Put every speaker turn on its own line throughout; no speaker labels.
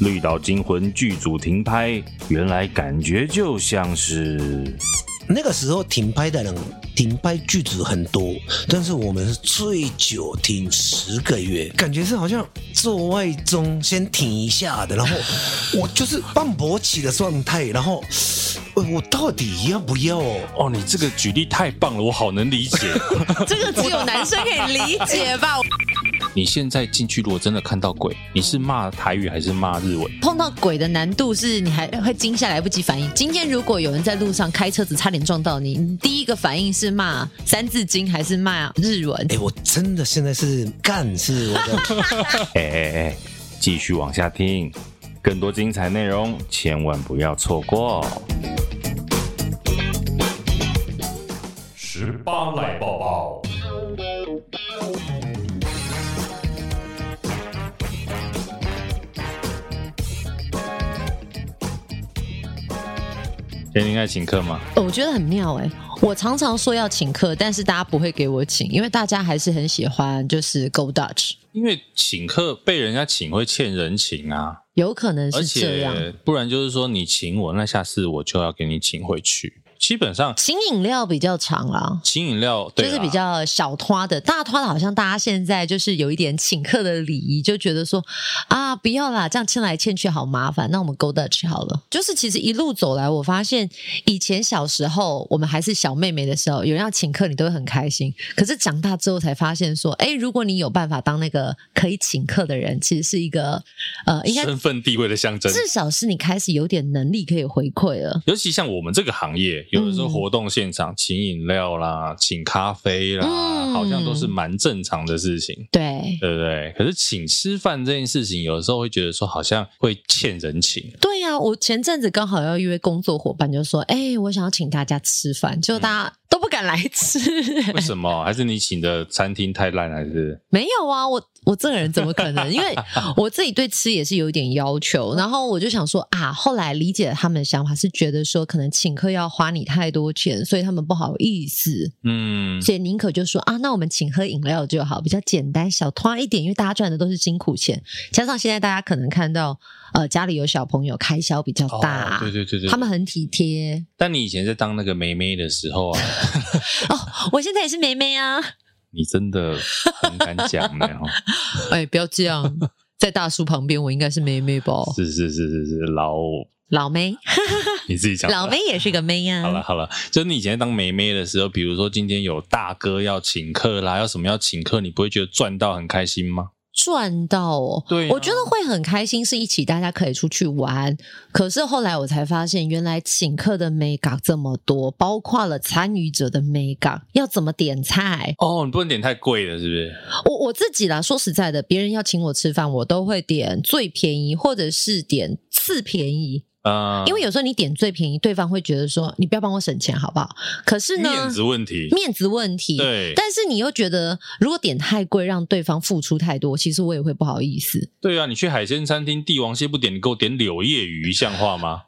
《绿岛惊魂》剧组停拍，原来感觉就像是……
那个时候停拍的人，停拍剧组很多，但是我们是最久停十个月，感觉是好像做外中先停一下的，然后我就是半勃起的状态，然后呃我到底要不要？
哦，你这个举例太棒了，我好能理 解。
这个只有男生可以理解吧？
你现在进去，如果真的看到鬼，你是骂台语还是骂日文？
碰到鬼的难度是你还会惊吓来不及反应。今天如果有人在路上开车子差点撞到你，你第一个反应是骂《三字经》还是骂日文？
哎，我真的现在是干是我的，
哎哎哎，继续往下听，更多精彩内容千万不要错过。哦
十八来抱抱，
天灵爱请客吗？
哦我觉得很妙哎、我常常说要请客，但是大家不会给我请，因为大家还是很喜欢就是 Go Dutch，
因为请客被人家请会欠人情啊，
有可能
而
是这样。
且不然就是说你请我，那下次我就要给你请回去。基本上
请饮料比较长啊啦。
请饮料，
就
对啦，啊
是比较小拖的，大拖的，好像大家现在就是有一点请客的礼仪，就觉得说啊，不要啦，这样欠来欠去好麻烦，那我们 go Dutch 好了。就是其实一路走来，我发现以前小时候我们还是小妹妹的时候，有人要请客，你都会很开心。可是长大之后才发现说，哎、如果你有办法当那个可以请客的人，其实是一个呃，应该
身份地位的象征。
至少是你开始有点能力可以回馈了。
尤其像我们这个行业，有的时候
嗯
活动现场请饮料啦、请咖啡啦，
嗯
好像都是蛮正常的事情，
对，
对不对？可是请吃饭这件事情，有的时候会觉得说好像会欠人情。
对呀、我前阵子刚好要约工作伙伴，就说：“哎、我想要请大家吃饭。”结果大家都不敢来吃、
嗯为什 么？还是你请的餐厅太烂，还是
没有啊，我我这个人怎么可能？因为我自己对吃也是有一点要求，然后我就想说啊，后来理解了他们的想法，是觉得说可能请客要花你太多钱，所以他们不好意思，
嗯？
所以宁可就说啊，那我们请喝饮料就好，比较简单小团一点，因为大家赚的都是辛苦钱，加上现在大家可能看到呃家里有小朋友，开销比较大，
哦对对对对，
他们很体贴
但你以前在当那个妹妹的时候啊，
哦。我现在也是妹妹啊，
你真的很敢讲 呢、哦。
哎，不要这样，在大叔旁边，我应该是妹妹吧？
是是是是是，老
老妹，
你自己讲的。
老妹也是个妹啊呀、
好了好了，就是你以前当妹妹的时候，比如说今天有大哥要请客啦，要什么要请客，你不会觉得赚到很开心吗？
赚到哦！
对啊
我觉得会很开心，是一起大家可以出去玩。可是后来我才发现，原来请客的美感这么多，包括了参与者的美感，要怎么点菜。
哦，你不能点太贵了，是不是？
我我自己啦，说实在的，别人要请我吃饭，我都会点最便宜，或者是点次便宜。
呃，
因为有时候你点最便宜，对方会觉得说你不要帮我省钱好不好？可是呢，
面子问题，
面子问题。
对
但是你又觉得，如果点太贵，让对方付出太多，其实我也会不好意思。
对啊，你去海鲜餐厅，帝王蟹不点，你给我点柳叶鱼，像话吗？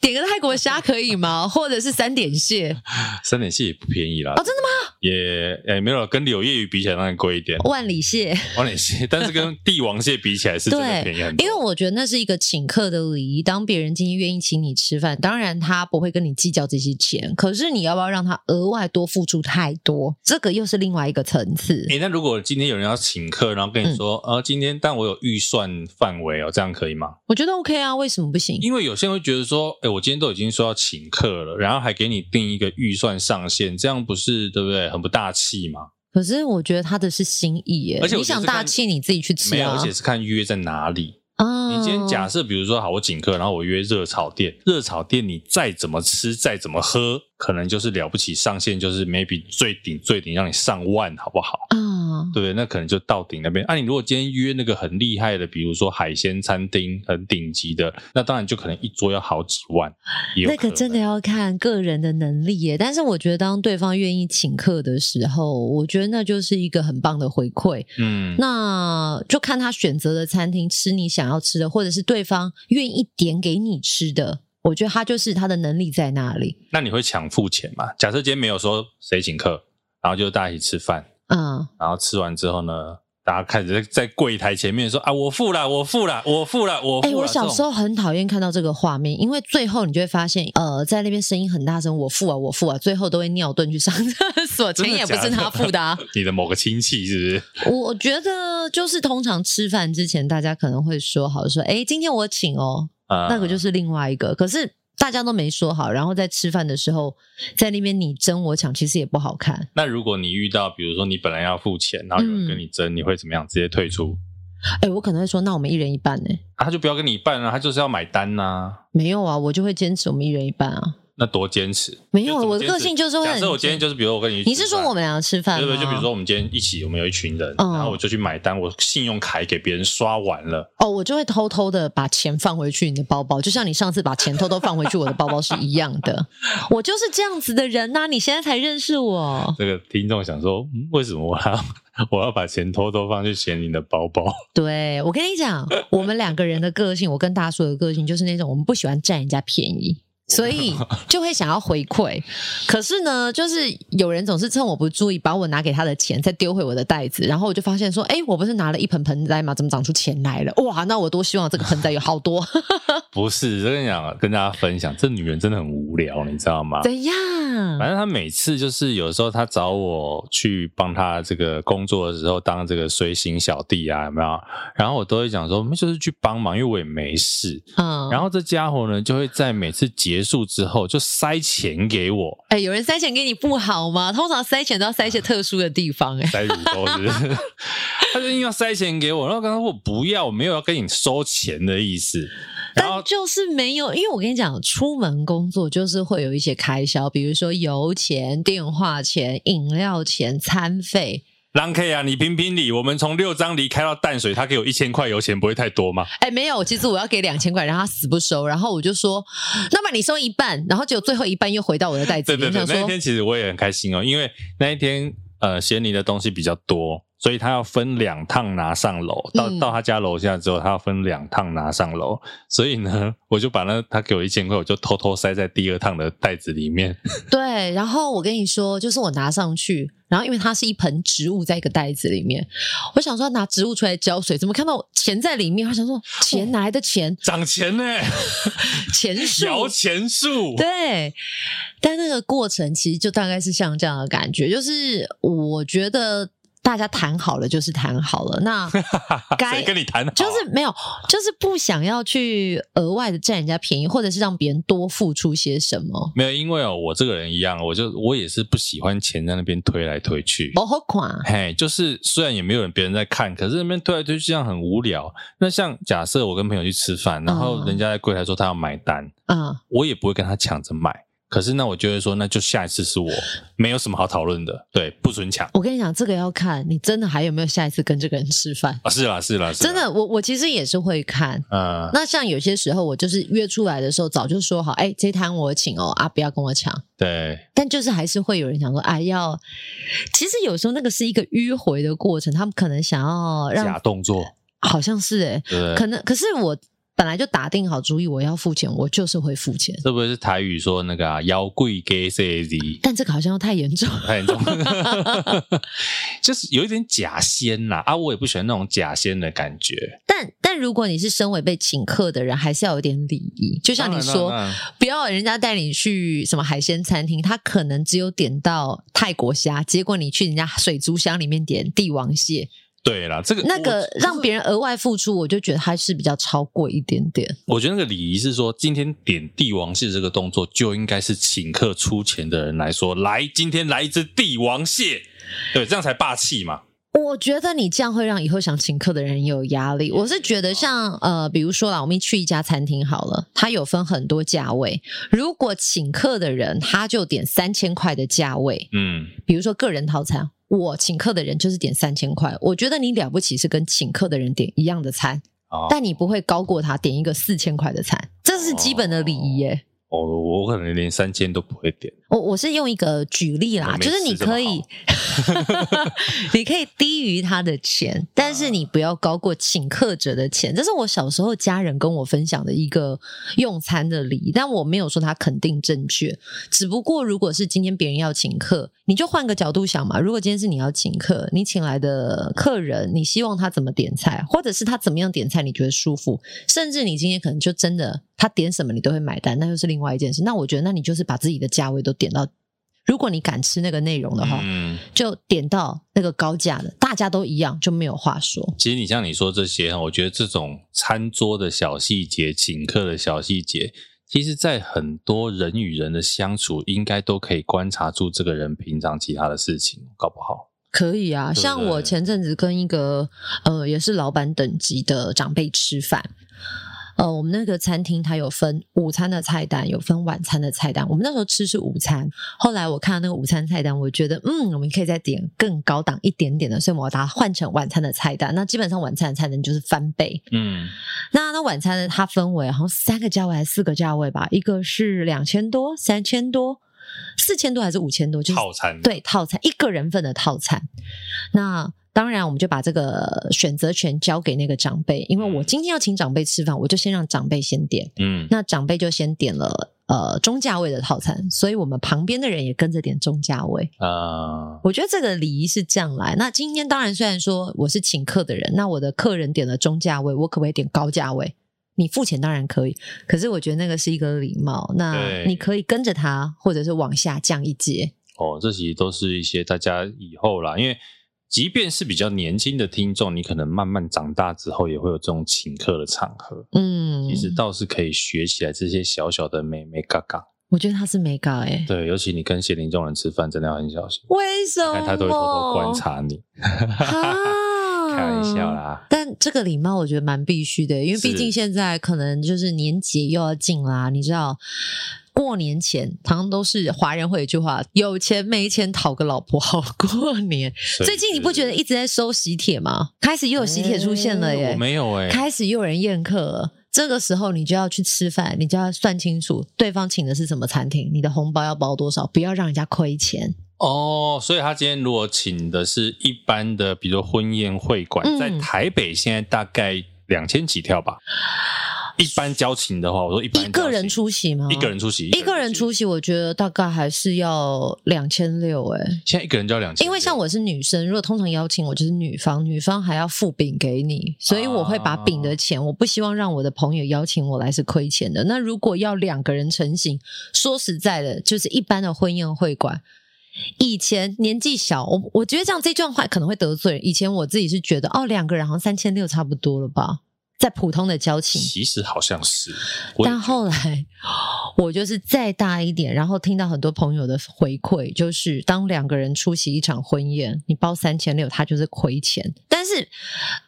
点个泰国虾可 以吗？或者是三点蟹？
三点蟹也不便宜啦，
哦真
的吗？哦也，哎，没有，跟柳叶鱼比起来当然贵一点，
万里蟹？
三点蟹，但是跟帝王蟹比起来是真的便宜很多
因为我觉得那是一个请客的礼仪。当别人今天愿意请你吃饭，当然他不会跟你计较这些钱，可是你要不要让他额外多付出太多？这个又是另外一个层次。
诶，那如果今天有人要请客，然后跟你说，呃，今天但我有预算范围哦，这样可以吗？
我觉得 OK 啊，为什么不行？
因为有些人会觉得说，诶，我今天都已经说要请客了，然后还给你定一个预算上限，这样不是对不对？很不大气嘛。
可是我觉得他的是心意耶，
而且我
你
觉得
想
是
大
看
气你自己去吃
没有，
啊
而。且是看约在哪里。
啊
你今天假设，比如说好，我请客，然后我约热炒店，热炒店你再怎么吃，再怎么喝，可能就是了不起上限，就是 maybe 最顶最顶让你上万，好不好？
啊，
对，那可能就到顶那边。啊，你如果今天约那个很厉害的，比如说海鲜餐厅，很顶级的，那当然就可能一桌要好几万，也有
那个真的
能
要看个人的能力耶。但是我觉得，当对方愿意请客的时候，我觉得那就是一个很棒的回馈。
嗯，
那就看他选择的餐厅吃你想要吃的，或者是对方愿意点给你吃的。我觉得他就是他的能力在那里。
那你会抢付钱吗？假设今天没有说谁请客，然后就大家一起吃饭，
嗯，
然后吃完之后呢，大家开始在在柜台前面说啊，我付了，我付了，我付了，我付
哎、
了。
我小
这种
时候很讨厌看到这个画面，因为最后你就会发现，呃，在那边声音很大声，我付啊，我付啊，最后都会尿遁去上厕所，
真
钱
的
也不是
假的
他付的啊。
你的某个亲戚是不是？
我觉得就是通常吃饭之前，大家可能会说好说，哎、今天我请哦，
啊
那个就是另外一个。可是大家都没说好，然后在吃饭的时候在那边你争我抢，其实也不好看。
那如果你遇到，比如说你本来要付钱，然后有人
嗯
跟你争，你会怎么样？直接退出？
哎、我可能会说，那我们一人一半呢、
啊他就不要跟你一半啊，他就是要买单呐、
没有啊，我就会坚持我们一人一半啊。
那多坚持？
没有
就
啊，
怎么
我的
坚持
个性就是会
假
很。
设我今天就是，比如我跟你一起
你是
吃
说
饭
我们俩吃饭吗？
对对，就比如说我们今天一起，我们有一群人，
嗯
然后我就去买单，我信用卡也给别人刷完了，
哦，我就会偷偷的把钱放回去你的包包，就像你上次把钱偷偷放回去我的包包是一样的。 我就是这样子的人呐、啊你现在才认识我。
这个听众想说，嗯为什么我要我要把钱偷偷放去钱你的包包？
对我跟你讲，我们两个人的个性，我跟大叔的个性就是那种我们不喜欢占人家便宜。所以就会想要回馈，可是呢，就是有人总是趁我不注意，把我拿给他的钱再丢回我的袋子，然后我就发现说，哎、我不是拿了一盆盆栽吗？怎么长出钱来了？哇，那我多希望这个盆栽有 好多。
不是，跟你讲，跟大家分享，这女人真的很无聊，你知道吗？
怎样？
反正她每次就是有时候她找我去帮她这个工作的时候当这个随行小弟啊，有没有？然后我都会讲说，嗯就是去帮忙，因为我也没事。
嗯，
然后这家伙呢，就会在每次结束之后就塞钱给我，
哎、有人塞钱给你不好吗？通常塞钱都要塞一些特殊的地方、哎，
塞乳沟是不是？他就硬要塞钱给我，然后跟他说我不要，我没有要跟你收钱的意思。然后
但就是没有，因为我跟你讲，出门工作就是会有一些开销，比如说油钱、电话钱、饮料钱、餐费。
狼 K 啊，你评评理，我们从六张离开到淡水，他给我一千块油钱，不会太多吗？
哎、没有，其实我要给两千块，然后他死不收，然后我就说，那么你收一半，然后结果最后一半又回到我的袋子
对
里，
对对
我，
那一
想说
天其实我也很开心哦，因为那一天呃，贤妮的东西比较多，所以他要分两趟拿上楼，到、
嗯
到他家楼下之后，他要分两趟拿上楼，所以呢， 我就把那他给我一千块，我就偷偷塞在第二趟的袋子里面。
对，然后我跟你说，就是我拿上去，然后因为它是一盆植物在一个袋子里面，我想说拿植物出来浇水，怎么看到钱在里面？他想说
哦
钱哪来的钱？
涨钱呢、
钱数
摇钱树，
对，但那个过程其实就大概是像这样的感觉，就是我觉得大家谈好了就是谈好了， 那该
谁跟你谈好啊？
就是没有，就是不想要去额外的占人家便宜，或者是让别人多付出些什么。
没有，因为哦，我这个人一样，我就我也是不喜欢钱在那边推来推去。
不好款，
嘿，就是虽然也没有人别人在看，可是那边推来推去这样很无聊。那像假设我跟朋友去吃饭，然后
嗯
人家在柜台说他要买单，
嗯，
我也不会跟他抢着买。可是那我就会说，那就下一次是我，没有什么好讨论的，对，不准抢
我跟你讲，这个要看你真的还有没有下一次跟这个人吃饭。
啊！是啦，是啦，是啦
真，的，我我其实也是会看，
嗯、
那像有些时候，我就是约出来的时候，早就说好，哎、这摊我请哦，啊，不要跟我抢。
对，
但就是还是会有人想说，哎，要，其实有时候那个是一个迂回的过程，他们可能想要
假呃
让，
动作，
好像是哎、
对不对？
可能可是我本来就打定好主意，我要付钱，我就是会付钱。
这不是台语说那个啊，妖贵给 C Z。
但这个好像又太严重，
太严重，就是有一点假仙啦啊！我也不喜欢那种假仙的感觉。
但但如果你是身为被请客的人，还是要有点礼仪。就像你
当然
说
当然，
不要人家带你去什么海鲜餐厅，他可能只有点到泰国虾，结果你去人家水族箱里面点帝王蟹，
对啦，这个
那个
我
让别人额外付出，我就觉得还是比较超过一点点。
我觉得那个礼仪是说，今天点帝王蟹这个动作，就应该是请客出钱的人来说，来，今天来一只帝王蟹，对，这样才霸气嘛。
我觉得你这样会让以后想请客的人有压力。我是觉得像呃，比如说啦，我们去一家餐厅好了，它有分很多价位。如果请客的人他就点三千块的价位，
嗯，
比如说个人套餐，我请客的人就是点三千块，我觉得你了不起是跟请客的人点一样的餐，
啊，
但你不会高过他点一个四千块的餐，这是基本的礼仪耶。
我我可能连三千都不会点，
我我是用一个举例
我，
啦
没
就是你
吃这么
可以， 你可以低于他的钱，但是你不要高过请客者的钱。这是我小时候家人跟我分享的一个用餐的礼仪，但我没有说它肯定正确。只不过如果是今天别人要请客，你就换个角度想嘛。如果今天是你要请客，你请来的客人，你希望他怎么点菜，或者是他怎么样点菜，你觉得舒服，甚至你今天可能就真的他点什么你都会买单，那又是另外一件事。那我觉得，那你就是把自己的价位都点到，如果你敢吃那个内容的话，
嗯，
就点到那个高价的，大家都一样，就没有话说。
其实你像你说这些，我觉得这种餐桌的小细节、请客的小细节，其实在很多人与人的相处，应该都可以观察出这个人平常其他的事情，搞不好。
可以啊，
对
像我前阵子跟一个呃也是老板等级的长辈吃饭，呃，我们那个餐厅它有分午餐的菜单，有分晚餐的菜单。我们那时候吃是午餐，后来我看到那个午餐菜单，我觉得嗯，我们可以再点更高档一点点的，所以我把它换成晚餐的菜单。那基本上晚餐的菜单就是翻倍，
嗯，
那那晚餐呢？它分为好像三个价位还是四个价位吧，一个是两千多、三千多、四千多还是五千多，就是
套餐
对套餐一个人份的套餐。那当然，我们就把这个选择权交给那个长辈，因为我今天要请长辈吃饭，我就先让长辈先点。
嗯，
那长辈就先点了呃中价位的套餐，所以我们旁边的人也跟着点中价位。
啊、
我觉得这个礼仪是这样来。那今天当然，虽然说我是请客的人，那我的客人点了中价位，我可不可以点高价位？你付钱当然可以，可是我觉得那个是一个礼貌。那
对
你可以跟着他，或者是往下降一阶。
哦，这其实都是一些大家以后啦，因为即便是比较年轻的听众，你可能慢慢长大之后也会有这种请客的场合，
嗯，
其实倒是可以学起来这些小小的美美嘎嘎。
我觉得他是没搞哎、
对，尤其你跟谢林这种人吃饭，真的要很小心，
为什么？
看他都会偷偷
哦
观察你，
啊
开玩笑。啦。
但这个礼貌我觉得蛮必须的，因为毕
是
竟现在可能就是年节又要近啦，你知道。过年前，常常都是华人会有一句话：“有钱没钱讨个老婆好过年。”最近你不觉得一直在收喜帖吗？开始又有喜帖出现了耶！
我没有哎、
开始又有人宴客了，这个时候你就要去吃饭，你就要算清楚对方请的是什么餐厅，你的红包要包多少，不要让人家亏钱。
哦，所以他今天如果请的是一般的，比如说婚宴会馆，
嗯
在台北现在大概两千起跳吧。一般交情的话，我说一般
一个人
交
出席吗？
情，一个人出席，
嗯一个人出
席，
席，我觉得大概还是要两千六哎，
现在一个人就要两千，
因为像我是女生，如果通常邀请我就是女方，女方还要付饼给你，所以我会把饼的钱，我不希望让我的朋友邀请我来是亏钱的。那如果要两个人成型，说实在的，就是一般的婚宴会馆。以前年纪小，我我觉得这样这段话可能会得罪人。以前我自己是觉得，哦，两个人好像三千六差不多了吧，在普通的交情。
其实好像是，我也
但后来我就是再大一点，然后听到很多朋友的回馈，就是当两个人出席一场婚宴，你包三千六，他就是亏钱。但是，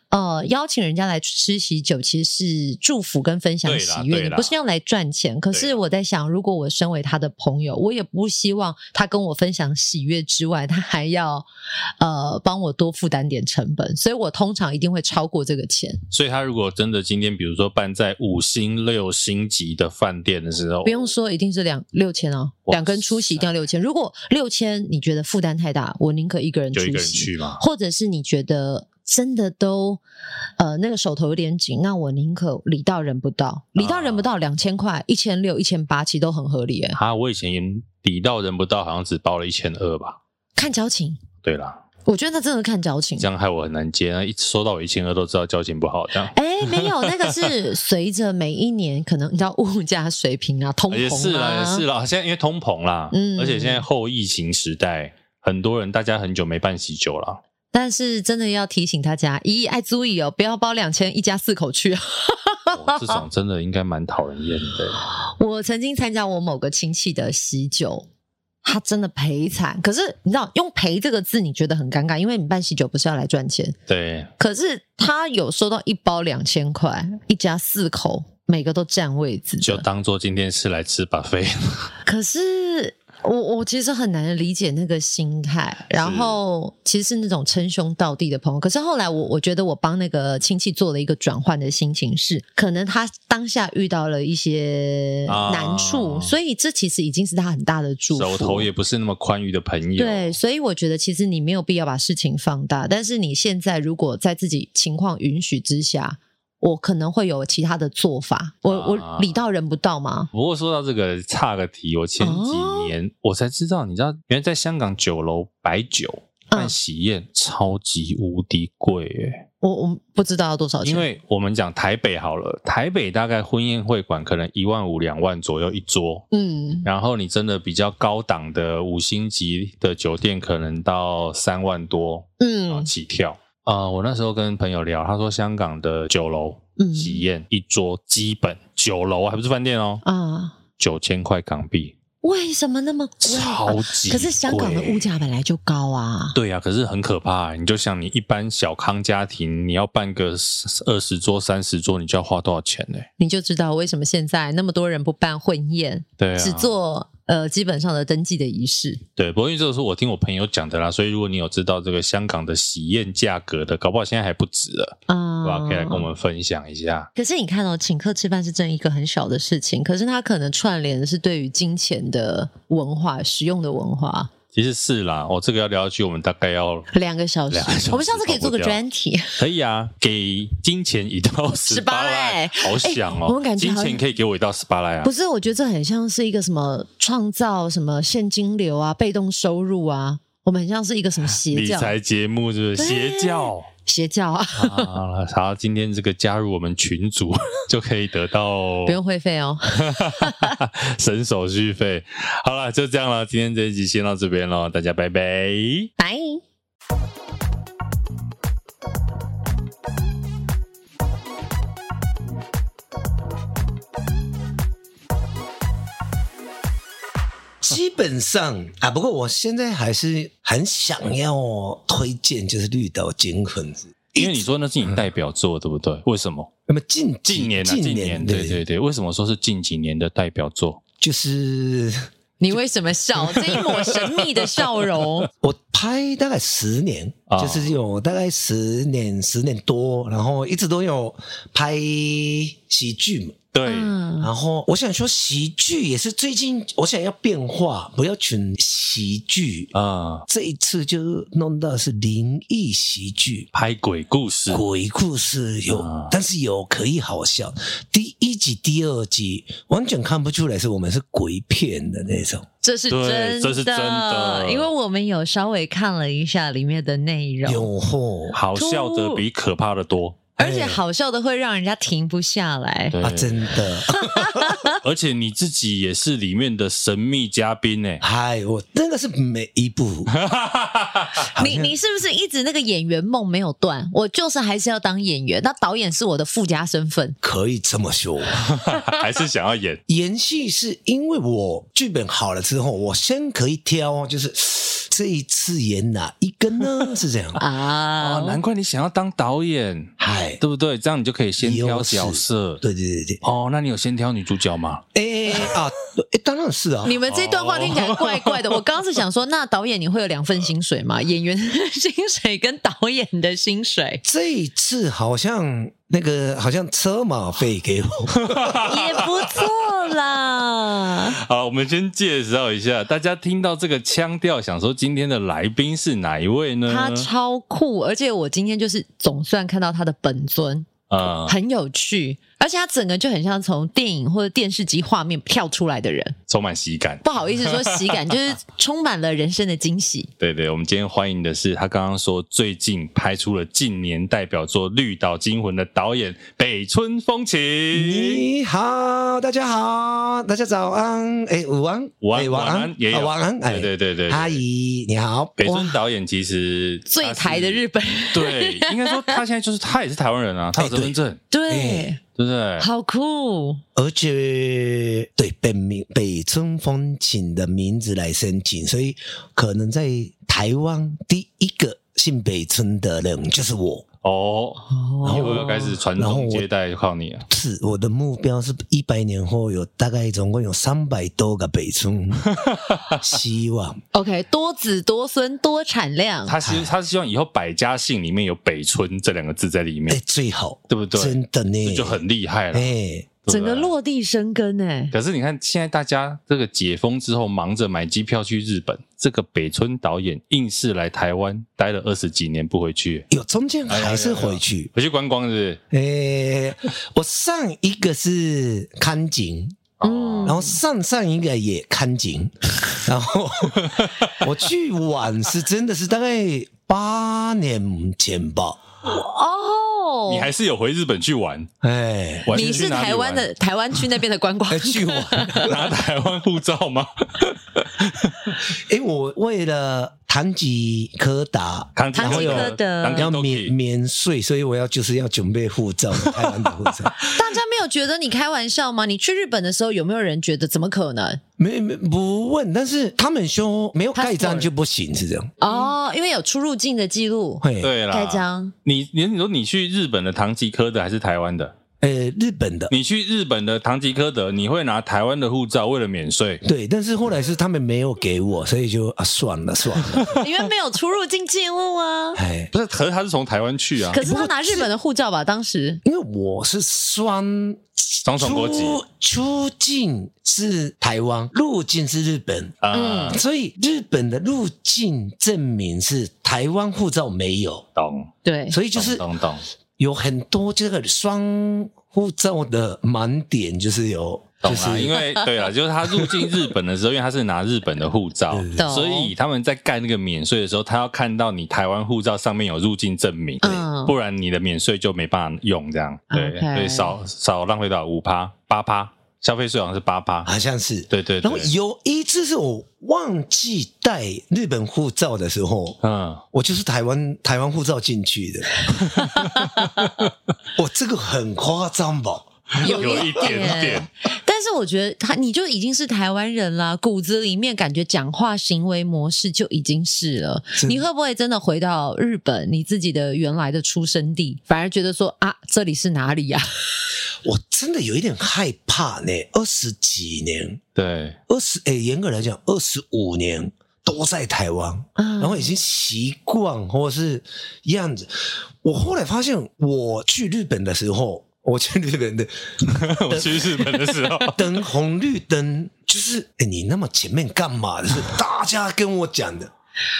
呃，邀请人家来吃喜酒，其实是祝福跟分享
对啦
喜悦，
对
你
啦
不是要来赚钱。可
对
是我在想，如果我身为他的朋友，我也不希望他跟我分享喜悦之外，他还要呃帮我多负担点成本，所以我通常一定会超过这个钱。
所以他如果真的今天，比如说办在五星六星级的饭店的时候，
不用说，一定是两六千哦，
哇
两个人出席一定要六千。如果六千你觉得负担太大，我宁可一个人出
就一个人
席，
去嘛。
或者是你觉得真的都呃那个手头有点紧，那我宁可礼到人不到，礼到
啊
人不到两千块、一千六、一千八，其实都很合理诶，
啊，我以前也礼到人不到，好像只包了一千二吧。
看交情，
对啦，
我觉得那真的看交情
这。样害我很难接。那一收到我一千二，都知道交情不好，这样。
哎，没有，那个是随着每一年可能你知道物价水平啊、通膨啊，
也是啦，也是啦。现在因为通膨啦，
嗯
而且现在后疫情时代，很多人大家很久没办喜酒了。
但是真的要提醒大家，咦，爱租意哦，不要包两千，一家四口去。啊
哦这种真的应该蛮讨人厌的。
我曾经参加我某个亲戚的喜酒，他真的赔惨。可是你知道，用“赔”这个字，你觉得很尴尬，因为你办喜酒不是要来赚钱。
对，
可是他有收到一包两千块，一家四口每个都占位置的，
就当做今天是来吃把费。
可是我我其实很难理解那个心态，然后其实是那种称兄道弟的朋友。可是后来我我觉得我帮那个亲戚做了一个转换的心情是，可能他当下遇到了一些
啊
难处，所以这其实已经是他很大的 祝福。
手头也不是那么宽裕的朋友，
对，所以我觉得其实你没有必要把事情放大，但是你现在如果在自己情况允许之下，我可能会有其他的做法。我、
啊
我礼到人不到吗？
不过说到这个差个题，我前几
哦
年、我才知道，你知道，原来在香港酒楼摆酒
嗯
办喜宴超级无敌贵耶！
我我不知道要多少钱，
因为我们讲台北好了，台北大概婚宴会馆可能一万五两万左右一桌，
嗯
然后你真的比较高档的五星级的酒店，可能到三万多啊
嗯
起跳。啊、我那时候跟朋友聊，他说香港的酒楼
嗯
喜宴一桌基本酒楼还不是饭店哦，
啊，
九千块港币。
为什么那么贵啊、
超级贵
可是香港的物价本来就高啊。
对呀、可是很可怕、你就想，你一般小康家庭，你要办个二十桌、三十桌，你就要花多少钱呢、
你就知道为什么现在那么多人不办婚宴，
对啊，
只做呃基本上的登记的仪式。
对。不过因为这个是我听我朋友讲的啦，所以如果你有知道这个香港的喜宴价格的，搞不好现在还不止了，
啊，
对吧？可以来跟我们分享一下。
可是你看哦，请客吃饭是真一个很小的事情，可是它可能串联的是对于金钱的文化、使用的文化。
其实是啦，哦，这个要聊下去，我们大概要
两个小时，
两个小时
我们下次可以做个
跑不掉
专题。
可以啊，给金钱一到十八赖，
18赖
好想哦，
哎我感觉
金
好像
钱可以给我一到十八赖啊
不，是，我觉得这很像是一个什么创造什么现金流啊、被动收入啊，我们很像是一个什么邪
理
教、
财节目是不是邪教？
邪教啊，
啊好了，好，今天这个加入我们群组 就可以得到
不用会费哦。
省手续费。好了，就这样了，今天这一集先到这边了，大家拜拜。
拜。
基本上啊，不过我现在还是很想要推荐，就是绿岛金粉子。
因为你说那是你代表作，对不对？为什么？
那么近几
近年啊，
近
近年，对对对，为什么说是近几年的代表作？
就是
你为什 么笑？这一抹神秘的笑容，
我拍大概十年，
啊
就是有大概十年十年多，然后一直都有拍喜剧嘛。
对，
嗯，
然后我想说，喜剧也是最近我想要变化，不要选喜剧。
啊，
这一次就弄到是灵异喜剧。
拍鬼故事，
鬼故事有，
啊
但是有可以好笑。第一集、第二集完全看不出来是我们是鬼片的那种。
这是
对
真的，
这是真的
因为我们有稍微看了一下里面的内容，
有吼
好笑的比可怕的多。
而且好笑的会让人家停不下来。
对
啊，，真的！
而且你自己也是里面的神秘嘉宾欸 呢。
嗨，我真的是每一 部，好
你
像
你是不是一直那个演员梦没有断？我就是还是要当演员，那导演是我的附加身 份。
可以这么说。
还是想要演
演戏是因为我剧本好了之后，我先可以挑，就是这一次演哪一个呢？是这样。
啊
啊，难怪你想要当导演。
嗨，
对不对？这样你就可以先挑角色。
对对对对，
哦，那你有先挑女主角吗？
哎、啊，哎，当然是啊。
你们这段话听起来怪怪
哦
的。我刚刚是想说，那导演你会有两份薪水 吗？演员的薪水跟导演的薪水
这一次好像那个好像车马费给我，
也不错 啦。
好，我们先介绍一下，大家听到这个腔调，想说今天的来宾是哪一位呢？
他超酷，而且我今天就是总算看到他的本尊，
啊、
很有趣，而且他整个就很像从电影或者电视机画面跳出来的人。
充满喜感。
不好意思说喜感，就是充满了人生的 惊喜。
对对，我们今天欢迎的是他刚刚说最近拍出了近年代表作《绿岛惊魂》的导演北村风情。
你好，大家好，大家早安，哎，午安，
午安
哎
晚安也有
啊晚安，哎，
对对对对，
阿姨你好，
北村导演其实
最台的日
本，
本，
对，应该说他现在就是他也是台湾人啊，
哎
他有身份证，
对，
对不对？
好酷，哦
而且对本名北村风景的名字来申请，所以可能在台湾第一个姓北村的人就是我，
哦，
哦，
我又开始传
然后
宗
我
接代靠你了。
是我的目标是一百年后有大概总共有三百多个 北村，希望
OK，多子多孙多产量，
他
嗯
希他希望以后百家姓里面有北村这两个字在里
哎、
面，
最好，
对不对？
真的呢，
这就很厉害了
哎、。
对不对
整个落地生根哎、
可是你看，现在大家这个解封之后，忙着买机票去日本，这个北村导演硬是来台湾待了二十几年不回去，
有中间还是回去。
回去观光是不是？
哎、我上一个是看景，
嗯，
然后上上一个也看景，然后我去晚是真的是大概八年前吧，
哦，
你还是有回日本去玩，
哎、
玩
你
去
是
哪里
台
玩
湾的台湾区那边的观光
哎去晚，
拿台湾护照吗？
哎、我为了唐吉诃达。
唐
唐吉诃德
唐吉
要
诃
免
德
免税，所以我要就是要准备护照，台湾的护照。
大家没有觉得你开玩笑吗？你去日本的时候有没有人觉得怎么可能？
没没不问，但是他们说没有盖
Passport
章就不行，是这样。哎
哦，因为有出入境的记录，
嘿，
对啦，
盖章。
你你你说你去日本的唐吉诃德还是台湾的？
呃，日本的
你去日本的唐吉诃德，你会拿台湾的护照为了免税？
对，但是后来是他们没有给我，所以就啊算了算了，
因为没有出入境记录啊。
哎，
不是，可是他是从台湾去啊，
可是他拿日本的护照吧？当时
因为我是双
双重国籍
出出境是台湾，入境是日本，
嗯
啊，
所以日本的入境证明是台湾护照没有，
懂，
对，
所以就是
懂懂懂
有很多这个双护照的盲点，就是有
懂
就
啦，
是
因 为对了，就是他入境日本的时候，因为他是拿日本的护照，
懂
所以他们在盖那个免税的时候，他要看到你台湾护照上面有入境证明，
嗯
不然你的免税就没办法用，这样对，
OK
所以少少浪费到五趴八趴，消费税好像是八趴，
好像是
对对对
然后有一次是我忘记带日本护照的时候，
嗯，
我就是台湾台湾护照进去的， 我这个很夸张吧？
嗯有一
一
点点。
但是我觉得他，你就已经是台湾人啦，骨子里面感觉讲话行为模式就已经是了。
真的
你会不会真的回到日本，你自己的原来的出生地，反而觉得说啊，这里是哪里呀、
我真的有一点害怕呢。二十几年，
对，
二十诶，严格来讲，二十五年都在台湾，
啊？
然后已经习惯或是样子。我后来发现，我去日本的时候，我去日本的
我去日本的时候，
灯红绿灯，就是哎、你那么前面干嘛？就是大家跟我讲的，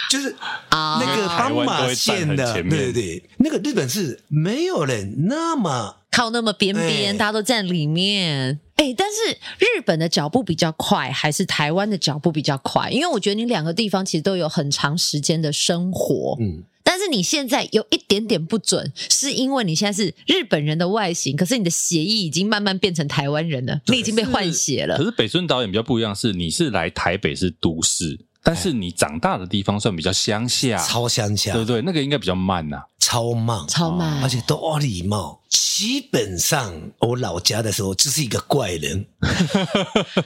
就是
啊
那个斑马线
因为台湾都会站
的，
很前
对
面
对对，那个日本是没有人那么
靠那么边边，
哎
大家都站里面。哎、但是日本的脚步比较快，还是台湾的脚步比较快？因为我觉得你两个地方其实都有很长时间的生活，
嗯，
但是你现在有一点点不准，是因为你现在是日本人的外形，可是你的血液已经慢慢变成台湾人了，你已经被换血
可
了。
是北村导演比较不一样，是你是来台北是都市，但是你长大的地方算比较乡下，
超乡下
啊对、不对？那个应该比较慢啊呐、
超慢，
超慢，
而且都有礼貌。基本上我老家的时候就是一个怪 人，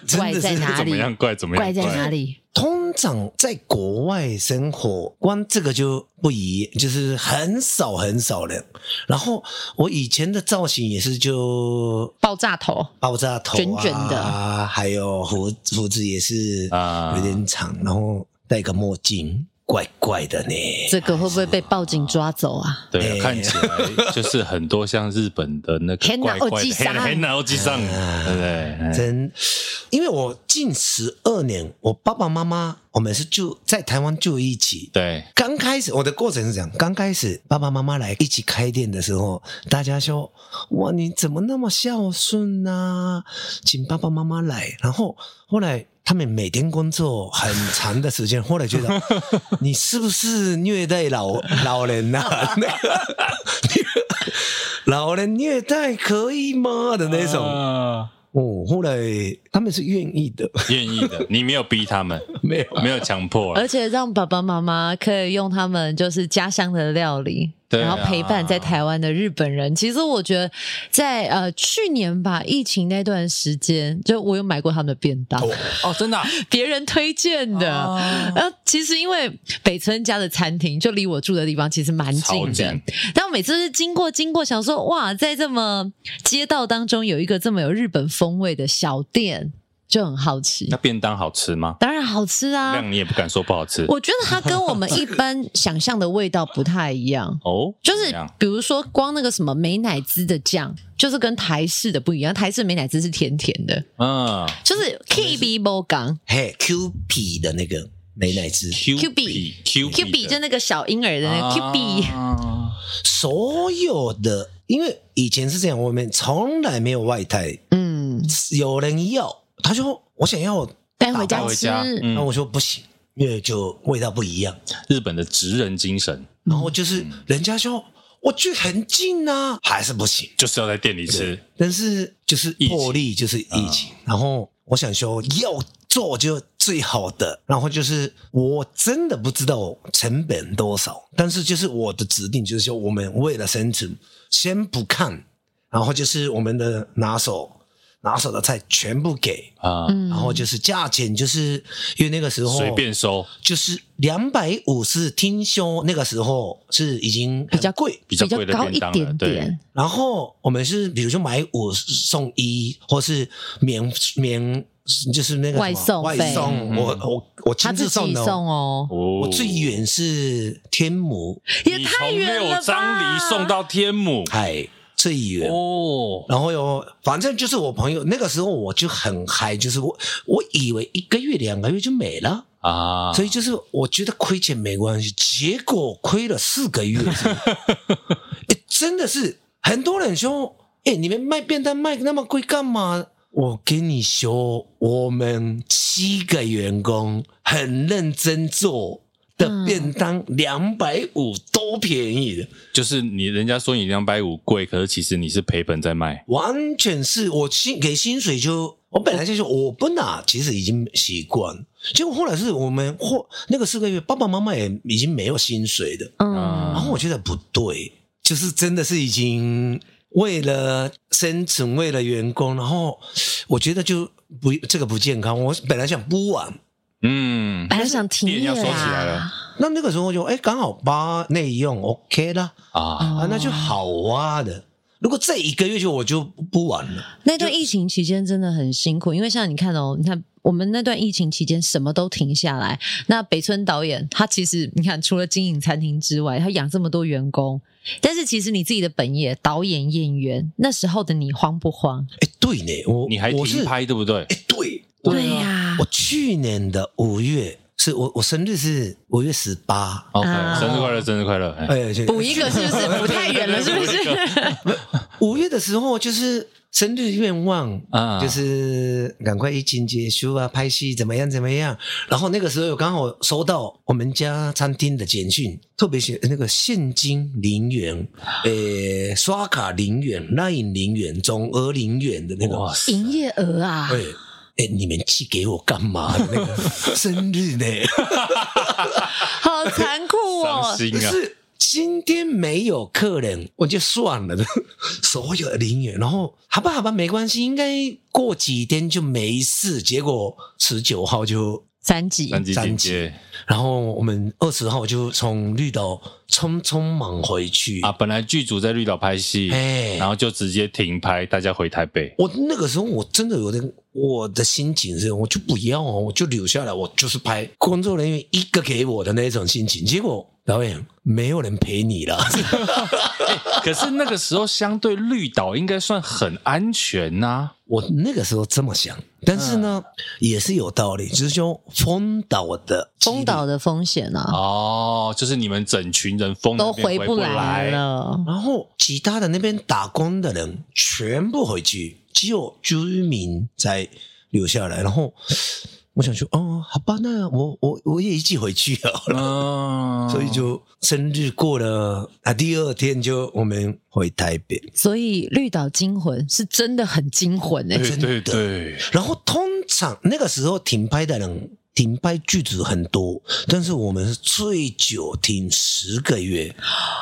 真
怪
的
在
是
哪
怎
里
么？样怪？怎么样
怪在哪里？
通常在国外生活，光这个就不一，就是很少很少人。然后我以前的造型也是就
爆炸头，
爆炸头、啊、
卷卷的
还有胡胡子也是
啊
有点长，然后戴个墨镜，怪怪的呢。
这个会不会被报警抓走啊？
对、
哎
看起来就是很多像日本的 那个
Henna
怪怪的
Oji-san
黑拿欧吉桑，对不对？哎
真，因为我近十二年，我爸爸妈妈我们是住在台湾住一起，
对，
刚开始我的过程是这样，刚开始爸爸妈妈来一起开店的时候，大家说：“哇，你怎么那么孝顺呐、请爸爸妈妈来。”然后后来他们每天工作很长的时间，后来觉得 你是不是虐待老老人 呐、那个老人虐待可以吗的那种？
啊
哦，后来他们是愿意的，
愿意的，你没有逼他 们，
没有。
没有强迫啊
而且让爸爸妈妈可以用他们就是家乡的料理，
对
然后陪伴在
啊
台湾的日本人。其实我觉得在呃去年吧，疫情那段时间，就我有买过他们的便当，
哦，真的啊、
别人推荐的。
哦
呃，其实因为北村家的餐厅就离我住的地方其实蛮近
超
的，
近
但我每次都是经过经过，想说哇，在这么街道当中有一个这么有日本风味的小店，就很好奇
那。便当好吃吗？
当然好吃啊！
量你也不敢说不好吃，
我觉得它跟我们一般想象的味道不太一样
哦，
就
怎
是
么样
比如说光那个什么美乃滋的酱，就是跟台式的不一样，台式美乃滋是甜甜的，
嗯
就是 K B 波港
嘿，Q 比的那个美乃滋，
，Q
Q B
Q 啊
Q B 就那个小婴儿的那个 Q B，
所有的，因为以前是这样，我们从来没有外带，
嗯，
有人要，他说我想要，
带回
带
家
回
吃，
家，嗯
那，我说不行，因为就味道不一样。
日本的职人精神
然后就是人家说我距很近啊，还是不行。
就是要在店里吃，
但是就是啊
疫情
魄力就是疫情，然后我想说要做就最好的，然后就是我真的不知道成本多少，但是就是我的指定就是说我们为了生存，先不看，然后就是我们的拿手拿手的菜全部给，
啊，
嗯
然后就是价钱就是因为那个时候
随便收，
就是两百五是听说那个时候是已经比
比较
贵，
比较
比较
贵的
高
便
一
当了，
点
对，
点，
然后我们是比如说买五送一，或是免免就是那个什么
外送费
外送，
嗯
我我我
他
亲
自
自
己
送的哦、
送哦，
我
我最远是天母，
也太远了吧！
六张犁送到天母，
哎，最远。
哦，
然后有，反正就是我朋友那个时候我就很嗨，就是我我以为一个月两个月就没了，
啊，
所以就是我觉得亏钱没关系，结果亏了四个月，诶真的是很多人说，哎、你们卖便当卖那么贵干嘛？我跟你说，我们七个员工很认真做的便当，两百五多便宜的，
就是你人家说你两百五贵，可是其实你是赔本在卖，
完全是我薪给薪水就，我本来就说我不拿，其实已经习惯。结果后来是我们或那个四个月，爸爸妈妈也已经没有薪水的，
嗯，
啊
然后我觉得不对，就是真的是已经为了生存，为了员工，然后我觉得就不这个不健康。我本来想不晚，
嗯，
本来想停业
店要收起来
啦
了，
那那个时候就哎刚好八内用 OK 啦，
啊，
哦
啊那就好啊的。如果这一个月就我就不晚了，
那段疫情期间真的很辛苦，因为像你看哦，你看我们那段疫情期间什么都停下来。那北村导演他其实你看，除了经营餐厅之外，他养这么多员工，但是其实你自己的本业，导演、演员，那时候的你慌不慌？
哎对呢，我
你还
我是
停拍对不对？
哎对，
呀
我去年的五月是我我生日是五月十八，
OK，
啊
生日快乐，生日快乐！哎
哎就
补一个是不是？补太远了是不是？
五月的时候就是生日愿望
啊
就是赶快疫情结束啊，拍戏怎么样怎么样。然后那个时候有刚好收到我们家餐厅的简讯，特别是那个现金零元，
啊
呃，刷卡零元、Line 零元、总额零元的那 个，
哇塞，
营业额啊
哎，哎，你们寄给我干嘛？那 个生日呢？
好残酷
伤
哦！
心
就
啊！
是今天没有客人，我就算了， 所有的零元，然后好吧好吧，没关系，应该过几天就没事。结果十九号就，
三级，
三级警戒
然后我们二十号就从绿岛匆匆忙回去
啊，。本啊来剧组在绿岛拍戏，
哎
然后就直接停拍，大家回台北。
我那个时候我真的有点，我的心情是，我就不要哦，我就留下来，我就是拍工作人员一个给我的那种心情。结果导演没有人陪你了，
可是那个时候，相对绿岛应该算很安全呐、
我那个时候这么想，但是呢，
嗯
也是有道理，就是说封岛的几率
封岛，的风险啊，
哦，就是你们整群人疯
都
回
回不来
来。
了。
然后其他的那边打工的人全部回去，只有居民才留下来。然后我想说，哦，好吧，那我我我也一起回去好了。
嗯，
所以就生日过了啊，第二天就我们回台北。
所以绿岛惊魂是真的很惊魂哎、
对对
真的
对，
然后通常那个时候停拍的人，停拍剧组很多，但是我们是最久停十个月，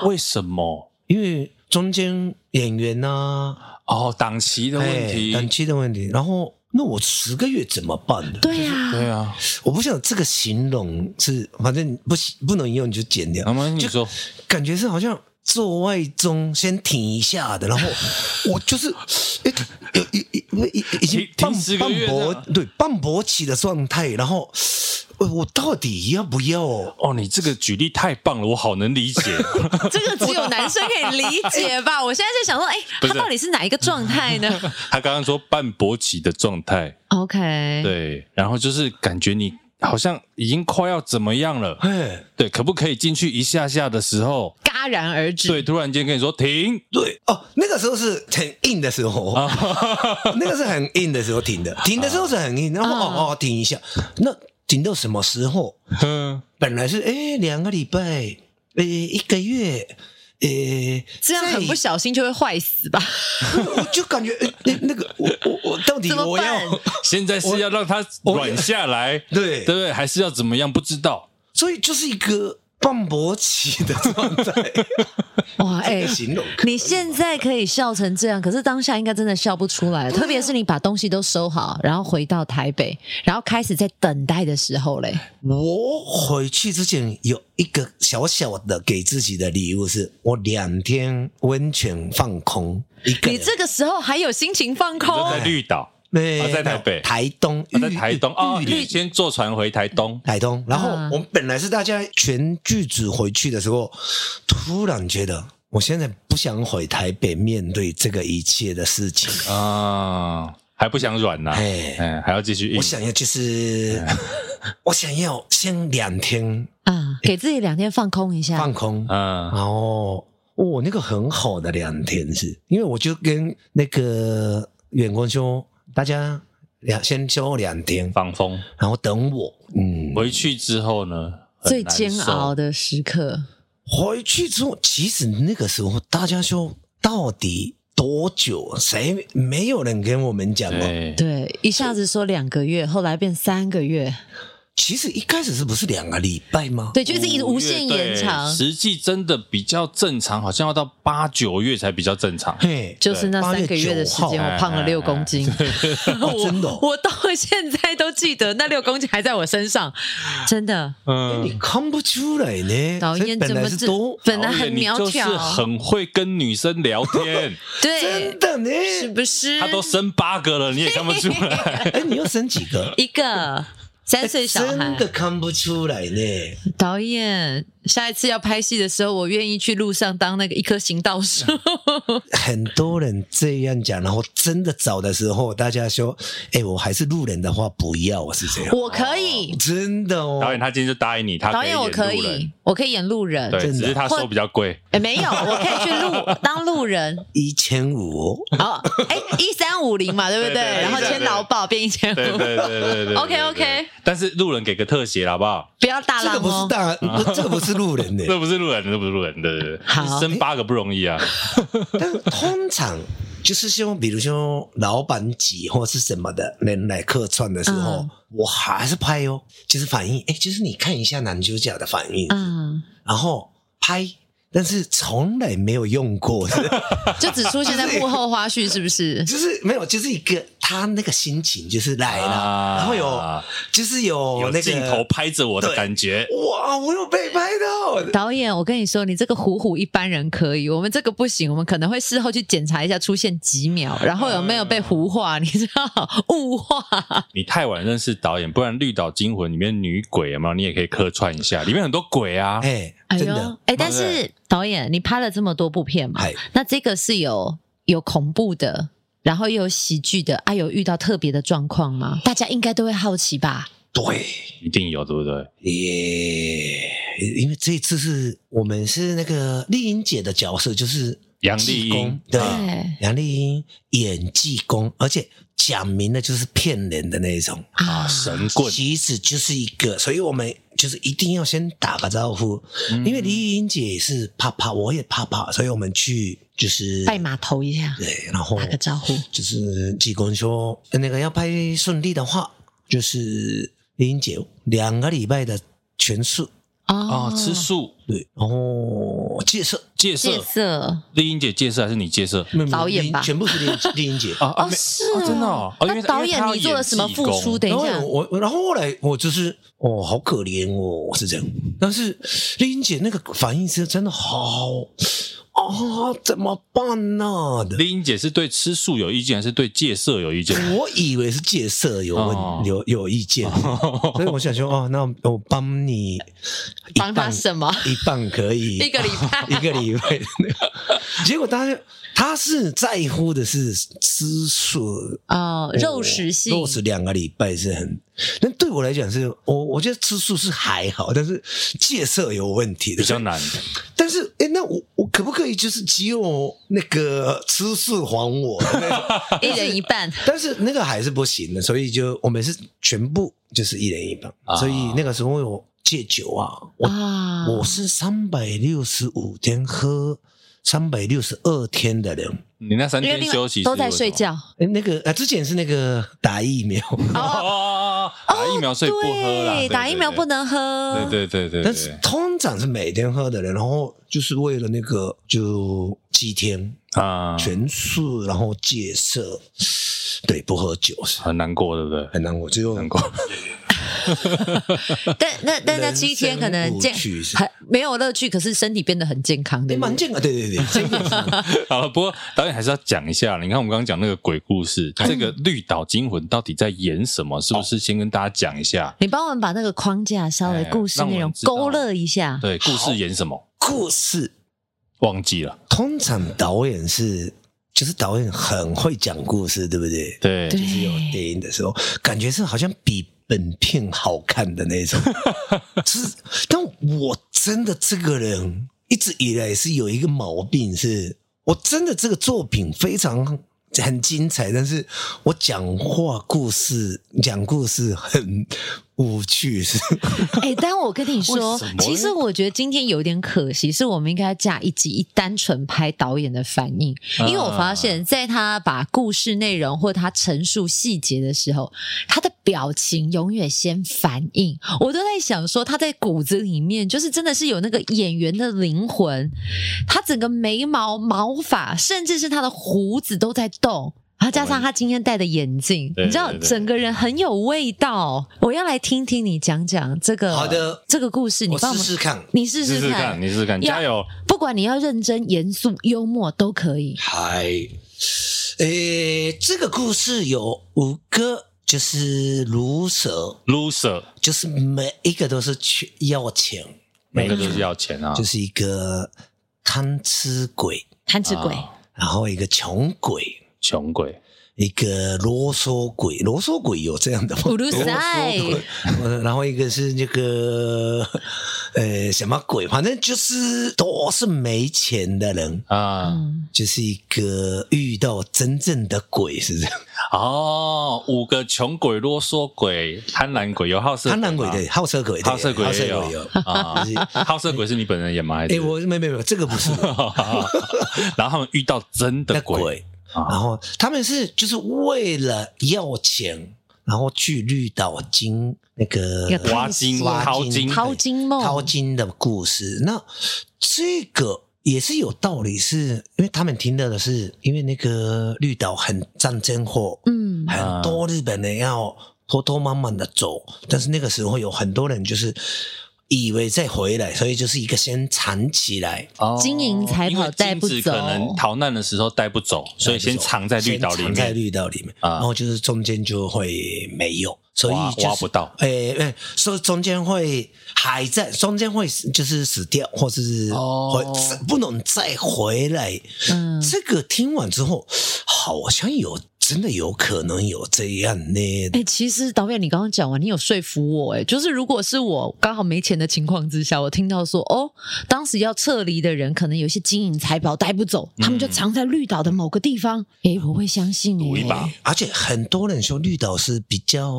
为什么？
因为中间演员呐、啊，哎
哦，档期的问题，
短期的问题，然后那我十个月怎么办呢？
对呀、
对啊，
我不想这个形容是，反正不行不能用你就剪掉
那，么你说
感觉是好像做外中先停一下的，然后我 就是哎诶已已已已已经
停
半
停十个
半
月这
勃
样
对半勃起的状态，然后呃我我到底要不要？
哦，你这个举例太棒了，我好能理 解。
这个只有男生可以理解吧？我现在在想说，哎、
不
他
是
到底是哪一个状态 呢
他刚刚说半勃起的状态，哎
？OK，，
对，然后就是感觉你好像已经快要怎么样了，
哎，
对，可不可以进去一下下的时候，
戛然而止。
对，突然间跟你说停，
对哦，那个时候是很硬的时候，那个是很硬的时候停的，停的时候是很硬，然后哦哦停一下，那停到什么时候？
哼，
本来是哎两个礼拜，哎一个月，哎
这样很不
行，
小心就会坏死吧？
我就感觉哎那那个我我我到底
怎么
我
办？
要
现在是要让他软下来，
对
哦对不对？还是要怎么样？不知道，
所以就是一个半勃起的状态，
哇，哎、
形容可以
你现在可以笑成这样，可是当下应该真的笑不出来，
啊
特别是你把东西都收好，然后回到台北，然后开始在等待的时候嘞，
啊
我回去之前有一个小小的给自己的礼物是，我两天温泉放空一个
你
人。
这个时候还有心情放
你说
空
在？绿岛，
没
啊在台北
台东，
啊在台东啊，
哎玉
你先坐船回台东，
台东。然后
嗯
我们本来是大家全剧组回去的时候，突然觉得我现在不想回台北面对这个一切的事情，
啊，还不想软呐、
哎
哎，还要继续硬
我。想 要就是，我想要先两天
啊，给自己两天放空一下。
放空，
嗯，
然后啊哦，那个很好的两天是，因为我就跟那个员工说，大家两先休两天，
啊
放风。
然后等我，嗯，
回去之后呢，很
最
难
煎熬
受。
的时刻，
回去之后，其实那个时候大家说到底多久，谁没有人跟我们讲哦。
对，
对，一下子说两个月，后来变三个月，
其实一开始是不是两个礼拜吗？
对，就是一直无限延
对
长，
实际真的比较正常，好像要到八九月才比较正常。
嘿，
就是那
8
三个月哎的时
9
间，
号
我胖了六公斤。我
真的哦
我到现在都记得那六公斤还在我身上，真的。
你
嗯，
看不出来呢。
导
所以
演
本
怎
来
么
是
这
多
本来很
导演你
苗
就是
条，
很会跟女生聊天，
对
真，的呢，
是不是？？
她都生八个了，你也看不出 来。
哎，你又生几个哎
一个三岁小
真
孩
的。看不出来呢。
导演，下一次要拍戏的时候，我愿意去路上当那个一棵行道树。
很多人这样讲，然后真的找的时候，大家说：“哎、我还是路人的话，不要。”是这样，
我可以，
真的哦。
导演他今天就答应你，他
导演我可
以演路
以
人，，
我可以演路人。
对，
真的
只是他收比较贵。
哎，没有，我可以去路当路人。
一千五，
哦，哎，一三五零嘛，对不对？
对对对
然后签劳保变一 千
对
五，
对对对对对。
OK，
对
OK。
但是路人给个特写好不好？
不要大
这个
浪
不
哦
是。大，不这个不是路人欸呢。
这不是路人，这不是路人，对对对
好，
生八个不容易啊。
但通常就是说，比如说老板级或是什么的人来客串的时候，
嗯
我还是拍哦，就是反应，哎、就是你看一下男主角的反应，
嗯，
然后拍，但是从来没有用过。
就只出现在幕后花絮，是不是？
就是没有，就是一个他那个心情就是来了，
啊
哎然后有就是有
有
那个
镜头拍着我的感觉，
哇，我有被拍到，
导演，我跟你说，你这个虎虎一般人可以，我们这个不行，我们可能会事后去检查一下出现几秒，然后有没有被糊化，你知 道物化。
你太晚认识导演，不然《绿岛惊魂》里面女鬼有没有？你也可以客串一下，里面很多鬼啊。
哎、
哎
真
呦
的，，
哎，但是导演，你拍了这么多部片嘛
哎，
那这个是有有恐怖的，然后又有喜剧的，啊，有遇到特别的状况吗？大家应该都会好奇吧？
对
一定有，对不对？
耶，因为这一次是我们是那个丽英姐的角色，就是
杨丽
济
英
公，对，
对
杨丽英演技工，而且讲明了就是骗人的那一种。
啊
啊，神棍，
其实就是一个，所以我们就是一定要先打个招呼，
嗯
因为李英姐也是怕怕，我也怕怕，所以我们去就是
拜码头一下，
对，然后
打个招呼。
呃就是济公说那个要拍顺利的话，就是林酒两个礼拜的全素，
哦
啊，吃素
对哦，戒色，
戒
戒
色，
色
丽英姐戒色还是你戒色？
没有没有
导演吧
林全部 是林林英姐。
啊啊
哦，
没
是
啊真的哦哦因为
那
因
导
为他
演
要
你做了
演
什么
济
付
公
出？等
然
一
后
下，
我，我然后后来我就是哦，好可怜哦，是这样。但是丽英姐那个反应是真的好啊，怎么办呢、的
丽英姐是对吃素有意见，还是对戒色有意见？
我以为是戒色有问、
哦
有有意见，所以我想说哦，那我帮你一
帮他
半
什么？
一半可以，
一个礼拜
一个礼拜的那个。结果他他是在乎的是吃素
哦，肉食性，
肉食两个礼拜是很，但对我来讲是我我觉得吃素是还好，但是戒色有问题的，
比较。难，
但是哎，诶那我我可不可以就是只有那个吃素还我？
一人一半。
但是那个还是不行的，所以就我们是全部就是一人一半，
啊
所以那个时候我戒酒啊， 我
啊，
我是三百六十五天喝三百六十二天的人。
你那三
因为
天
另
休息是
外都在
为什
睡
么
觉。
哎，那个啊，之前是那个打疫苗，
哦，
哦，打疫苗所以不喝啦，
对
对
打疫苗不。能
对
喝。
对对对对
但是
对
通常是每天喝的人，然后就是为了那个就七天
啊，
全素，然后戒色，对，不喝酒是
很难过，对不对？
很难过，只有
难过。
但那但那七天可能健
人生无趣是
很没有乐趣，可是身体变得很健康
哎，
的。
蛮健康，对对对，这一点是 蛮
好了，不过导演还是要讲一下。你看我们刚刚讲那个鬼故事，这个《绿岛惊魂》到底在演什么？是不是先跟大家讲一下？
你帮我们把那个框架稍微
哎
故事
让我
内
们
容
知道
勾勒一下。
对，故事演什么？
故事
忘记了。
通常导演是，就是导演很会讲故事，对不对？
对，
就是有电影的时候，感觉是好像比本片好看的那种。是，但我真的这个人一直以来是有一个毛病是，我真的这个作品非常很精彩，但是我讲话故事讲故事很无趣，是
哎，但我跟你说
为什么，呢
其实我觉得今天有点可惜，是我们应该加一集一单纯拍导演的反应，
啊
因为我发现，在他把故事内容或他陈述细节的时候，他的表情永远先反应。我都在想说，他在骨子里面就是真的是有那个演员的灵魂，他整个眉毛、毛发，甚至是他的胡子都在动。然后加上他今天戴的眼镜，
对
你知道
对对
整个人很有味道。我要来听听你讲讲这个
好的
这个故事，你
我
帮我
试
们
试看。
你试
试试看，
看，
你试试看，
要
加油！
不管你要认真、严肃、幽默都可以。
嗨，诶，这个故事有五个，就是卢蛇，
loser，
就是每一个都是去要钱，
每个都是要钱啊，
就是一个贪吃鬼，
贪吃鬼，
啊
然后一个穷鬼，
穷鬼，
一个啰嗦鬼，啰嗦鬼有这样的吗？
五路塞，
呃 然后一个是那个呃什么鬼，反正就是都是没钱的人，
啊，
嗯，
就是一个遇到真正的鬼是这样。
哦，五个穷鬼、啰嗦鬼、贪婪鬼，有好色
贪婪鬼
吗
对，好色鬼对，
啊好色鬼
好
也
色
有
鬼有。
啊
就是，
好色鬼是你本人演吗？还是
哎，我没没没，这个不 是
然后他们遇到真的
那
鬼
鬼，
啊
然后他们是就是为了要钱，然后去绿岛金那个
要
挖金
挖
掏金
金
淘金梦，
淘金的故事。那这个也是有道理，是因为他们听到的是，因为那个绿岛很战争火，
嗯，
很多日本人要偷偷摸摸的走，但是那个时候有很多人就是以为再回来，所以就是一个先藏起来，
哦
金银财宝带不
因
走
为金子可能逃难的时候带不走，所以先藏在绿岛里
哦先藏在
面，
绿岛里面，
啊
然后就是中间就会没有，所以
挖
就是
挖不到
诶、诶，说、中间会还在，中间会死就是死掉，或者是
哦
回、不能再回来。
嗯
这个听完之后，好像有真的有可能有这样呢。
哎、其实导演，你刚刚讲完，你有说服我、哎，就是如果是我刚好没钱的情况之下，我听到说，哦，当时要撤离的人，可能有一些金银财宝带不走，他们就藏在绿岛的某个地方，哎、我会相信、
嗯赌一
哎
把，
而且很多人说绿岛是比较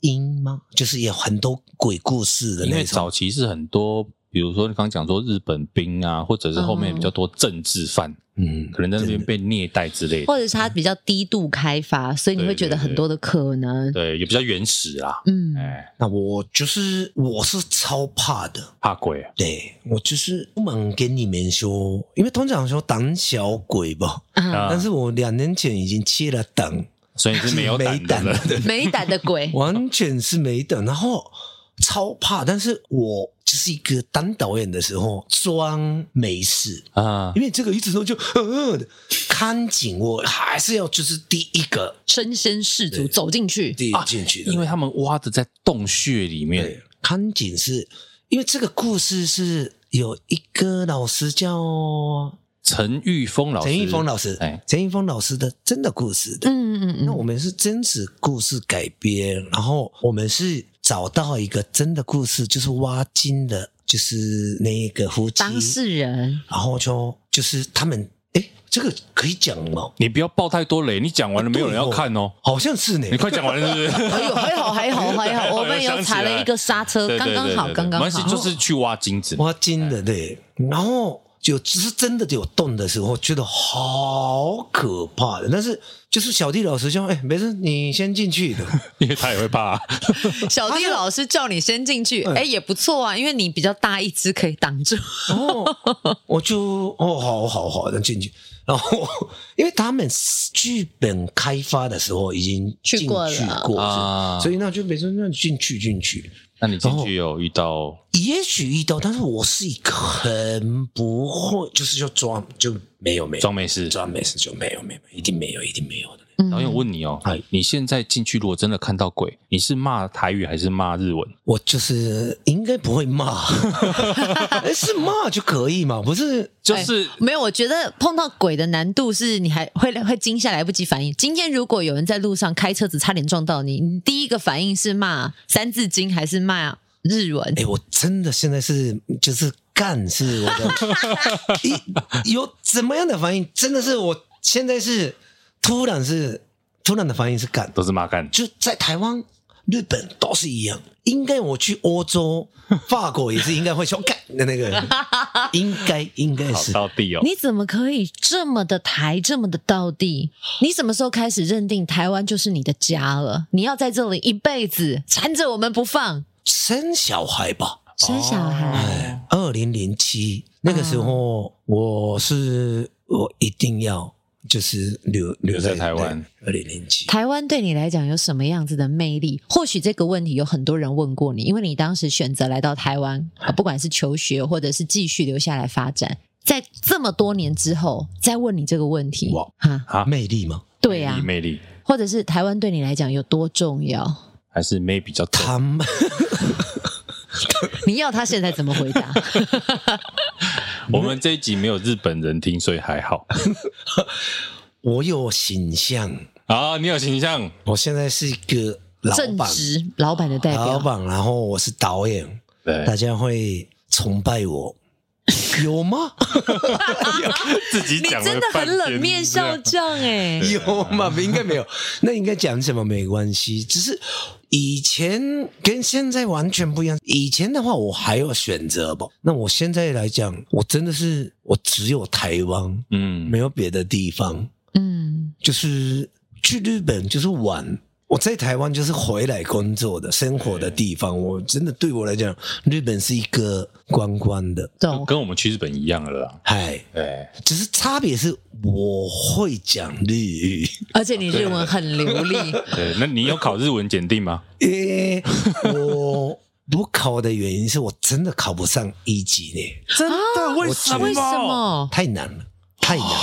阴吗？就是有很多鬼故事的
因为
那种。
早
嗯
期是很多。比如说，你刚刚讲说日本兵啊，或者是后面比较多政治犯，
嗯，
可能在那边被虐待之类的，
或者是它比较低度开发，所以你会觉得很多的可能。
对，也比较原始啦。
嗯，
哎，
那我就是我是超怕的，
怕鬼啊，
对我就是不能跟你们说，因为通常说胆小鬼吧，
啊
但是我两年前已经切了胆，
所以你是没有
没
胆的
胆，
人。
没胆的鬼
完全是没等，然后超怕，但是我就是一个当导演的时候装没事，
啊
因为这个一直都就呃的看紧，我还是要就是第一个
身先士卒走进去。
第一
啊
进去的，
因为他们挖的在洞穴里面
对，看紧是因为这个故事是有一个老师叫
陈玉峰老师，
陈玉峰老师
哎，
陈玉峰老师的真的故事的，
嗯嗯
那
嗯
我们是真实故事改编，然后我们是找到一个真的故事，就是挖金的，就是那个夫妻，
当事人
然后就就是他们，哎，这个可以讲吗？
你不要爆太多雷，你讲完了没有人要看哦。
好像是呢
你，快讲完了是不 是？
哎呦，还好还好还好，我们有踩了一个刹车，
对
呃刚
对
刚
对
好
对
刚
没
刚
关系
好，
就是去挖金子。
挖金的对，然后就只是真的有动的时候，觉得好可怕的，但是就是小弟老师说，哎，没事，你先进去的，
因为他也会怕、
小弟老师叫你先进去，
嗯
哎，也不错啊，因为你比较大一只可以挡住。
然后我就哦，好好好，那进去。然后，因为他们剧本开发的时候已经
去
进
过了
去过
啊
所以那就没说那进去进去。
那你进去有遇到
也许遇到，但是我是一个很不会，就是就装就没有没有
装没事？
装没事就没有没有，一定没有一定没有的。
嗯
导演问你哦
哎，
你现在进去如果真的看到鬼，你是骂台语还是骂日文？
我就是应该不会骂， 是骂就可以嘛，不是
就是
哎没有，我觉得碰到鬼的难度是你还会会惊吓来不及反应。今天如果有人在路上开车子差点撞到你，你第一个反应是骂《三字经》还是骂日文？
哎、我真的现在是就是干是我的， 一有怎么样的反应？真的是我现在是突然是突然的反应是干，
都是骂干。
就在台湾、日本都是一样。应该我去欧洲、法国也是应该会说干的 那个，应该应该
好
是
到地哦，
你怎么可以这么的台，这么的到地？你什么时候开始认定台湾就是你的家了？你要在这里一辈子缠着我们不放，
生小孩吧。
生小孩。啊
哦
哎，二零零七那个时
嗯
候，我是我一定要就是留留
留在台湾。
二零零七，
台湾对你来讲有什么样子的魅力？或许这个问题有很多人问过你，因为你当时选择来到台湾，啊不管是求学或者是继续留下来发展，在这么多年之后再问你这个问题
哇，
哈，
啊
魅力吗？
对呀、
魅力魅力
或者是台湾对你来讲有多重要？
还是 May 比较重
他们
你要他现在怎么回答？
我们这一集没有日本人听，所以还好
我有形象，
啊。你有形象，
我现在是一个老
正
板，
直老板的代
老
表，
板，然后我是导演，
对
大，家会崇拜我，有吗？
自己
你
讲了
真的
半
很
天
冷面笑匠哎、
有吗？应该没有，那应该讲什么没关系，只是以前跟现在完全不一样。以前的话，我还有选择吧。那我现在来讲，我真的是我只有台湾，
嗯
没，有别的地方。
嗯，
就是去日本就是玩。我在台湾就是回来工作的生活的地方，我真的对我来讲，日本是一个观光的，
懂。
跟我们去日本一样了啦。
嗨，
对，
只是差别是我会讲日语，
而且你日文很流 利，
对，那你有考日文检定吗？
诶、我不考的原因是我真的考不上一级呢，
真
啊
的？为
什么
为什么？
太难了，太难了，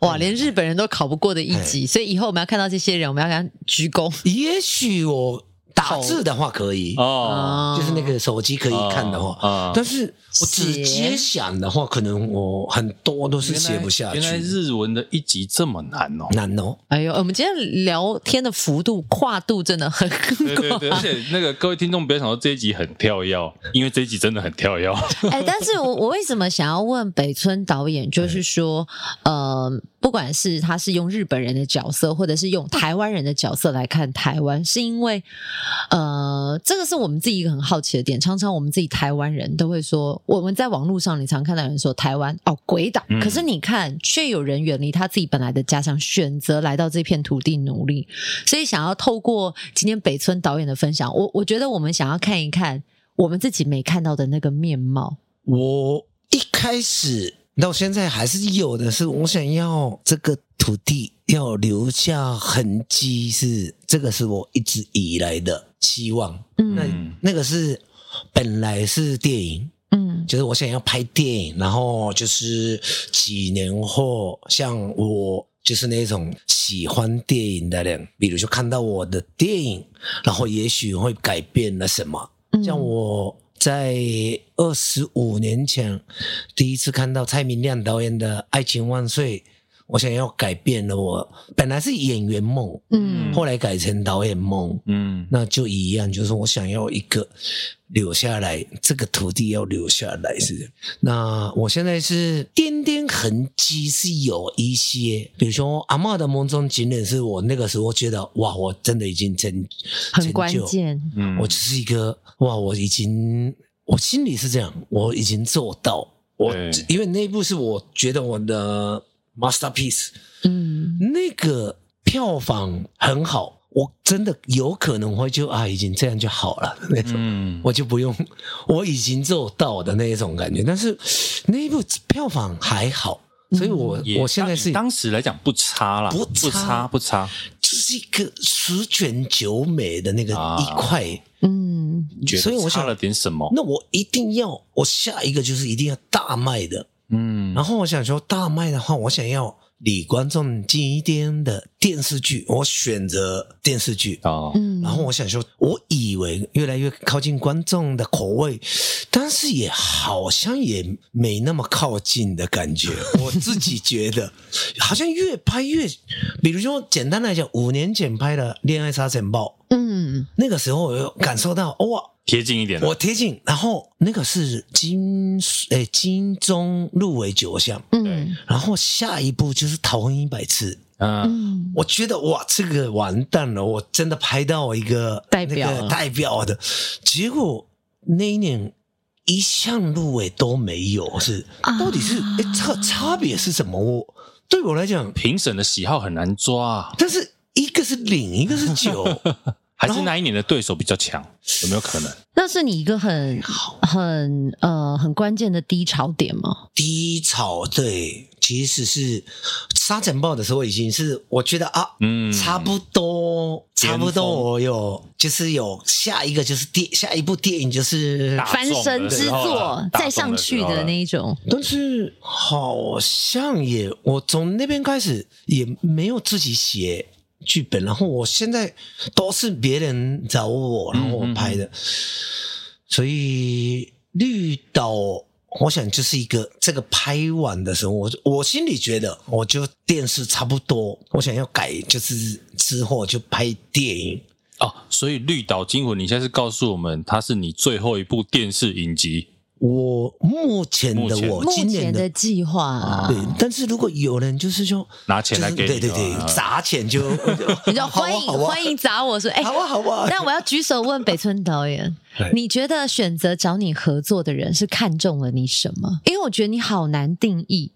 哇，
嗯
连日本人都考不过的一级，所以以后我们要看到这些人，我们要给他鞠躬
也许我打字的话可以，
哦，
啊
就是那个手机可以看的话，
啊
但是我直接想的话，可能我很多都是写不下去。
原来日文的一级这么难哦。
难哦，
哎呦，我们今天聊天的幅度跨度真的很
对对 对，而
广。
且那个各位听众不要想说这一集很跳跃，哦因为这一集真的很跳跃。哦
哎，但是我我为什么想要问北村导演，就是说，呃，不管是他是用日本人的角色，或者是用台湾人的角色来看台湾，是因为呃，这个是我们自己一个很好奇的点。常常我们自己台湾人都会说，我们在网络上你常看到有人说台湾哦鬼岛，
嗯
可是你看，却有人远离他自己本来的家乡，选择来到这片土地努力。所以，想要透过今天北村导演的分享，我我觉得我们想要看一看我们自己没看到的那个面貌。
我一开始到现在还是有的是，我想要这个土地要留下痕迹是，这个是我一直以来的期望。 那
嗯
那个是本来是电影，
嗯
就是我想要拍电影，然后就是几年后，像我就是那种喜欢电影的人，比如说看到我的电影，然后也许会改变了什么。
嗯
像我在二十五年前第一次看到蔡明亮导演的《爱情万岁》，我想要改变了我本来是演员梦，
嗯
后来改成导演梦。
嗯
那就一样，就是我想要一个留下来，这个土地要留下来是。那我现在是点点痕迹是有一些，比如说阿嬷的梦中情人，是我那个时候觉得哇，我真的已经成
很关，
成就
键。
嗯
我只是一个哇，我已经我心里是这样，我已经做到。我
对
因为那部是我觉得我的 masterpiece，
嗯
那个票房很好，我真的有可能会就啊，已经这样就好了那种，
嗯
我就不用， 我已经做到的那一种感觉。但是那一部票房还好，所以我、
也
我现在
当
是
当时来讲不差啦，
不
不
差
差不差，
就是一个十全九美的那个
啊
一块，
嗯
觉得
所以我
差
想
了点什么，
那我一定要，我下一个就是一定要大卖的。
嗯
然后我想说，大卖的话，我想要离观众近一点的电视剧，我选择电视剧。
哦
嗯，
然后我想说，我以为越来越靠近观众的口味，但是也好像也没那么靠近的感觉。我自己觉得，好像越拍越，比如说简单来讲，五年前拍的《恋爱沙尘暴》，
嗯
那个时候我有感受到，哇，
贴近一点了，
我贴近，然后那个是金诶金钟入围九项，
嗯
然后下一步就是《逃婚一百次》。
嗯
嗯
我觉得哇，这个完蛋了！我真的拍到一个
代表
那
了
个代表的，结果那一年一项入围都没有，是
啊
到底是哎差差别是什么？我对我来讲，
评审的喜好很难抓啊，
但是一个是零，一个是九，
还是那一年的对手比较强，有没有可能？
那是你一个很很呃很关键的低潮点吗？
低潮对，其实是沙尘暴的时候已经是我觉得啊，
嗯
差不多，
巅
差
峰
不多，我有就是有下一个就是电下一部电影就是
大
翻身之作
大众的时候啦
再上去的那一种，
但是好像也，我从那边开始也没有自己写剧本，然后我现在都是别人找我，然后我拍的。所以绿岛，我想就是一个这个拍完的时候，我我心里觉得，我就电视差不多，我想要改，就是之后就拍电影。
哦，所以《绿岛惊魂》，你现在是告诉我们，它是你最后一部电视影集，
我目前
目
的
前
我，
目
今年
前
的啊
的计划啊 啦。
对，但是如果有人就是说
拿钱来给
就是
你
对对
啊
对，砸钱 就啊
你知道欢迎欢迎找我说，哎，
好啊好啊，
但我要举手问北村导演，你觉得选择找你合作的人是看中了你什么？因为我觉得你好难定义。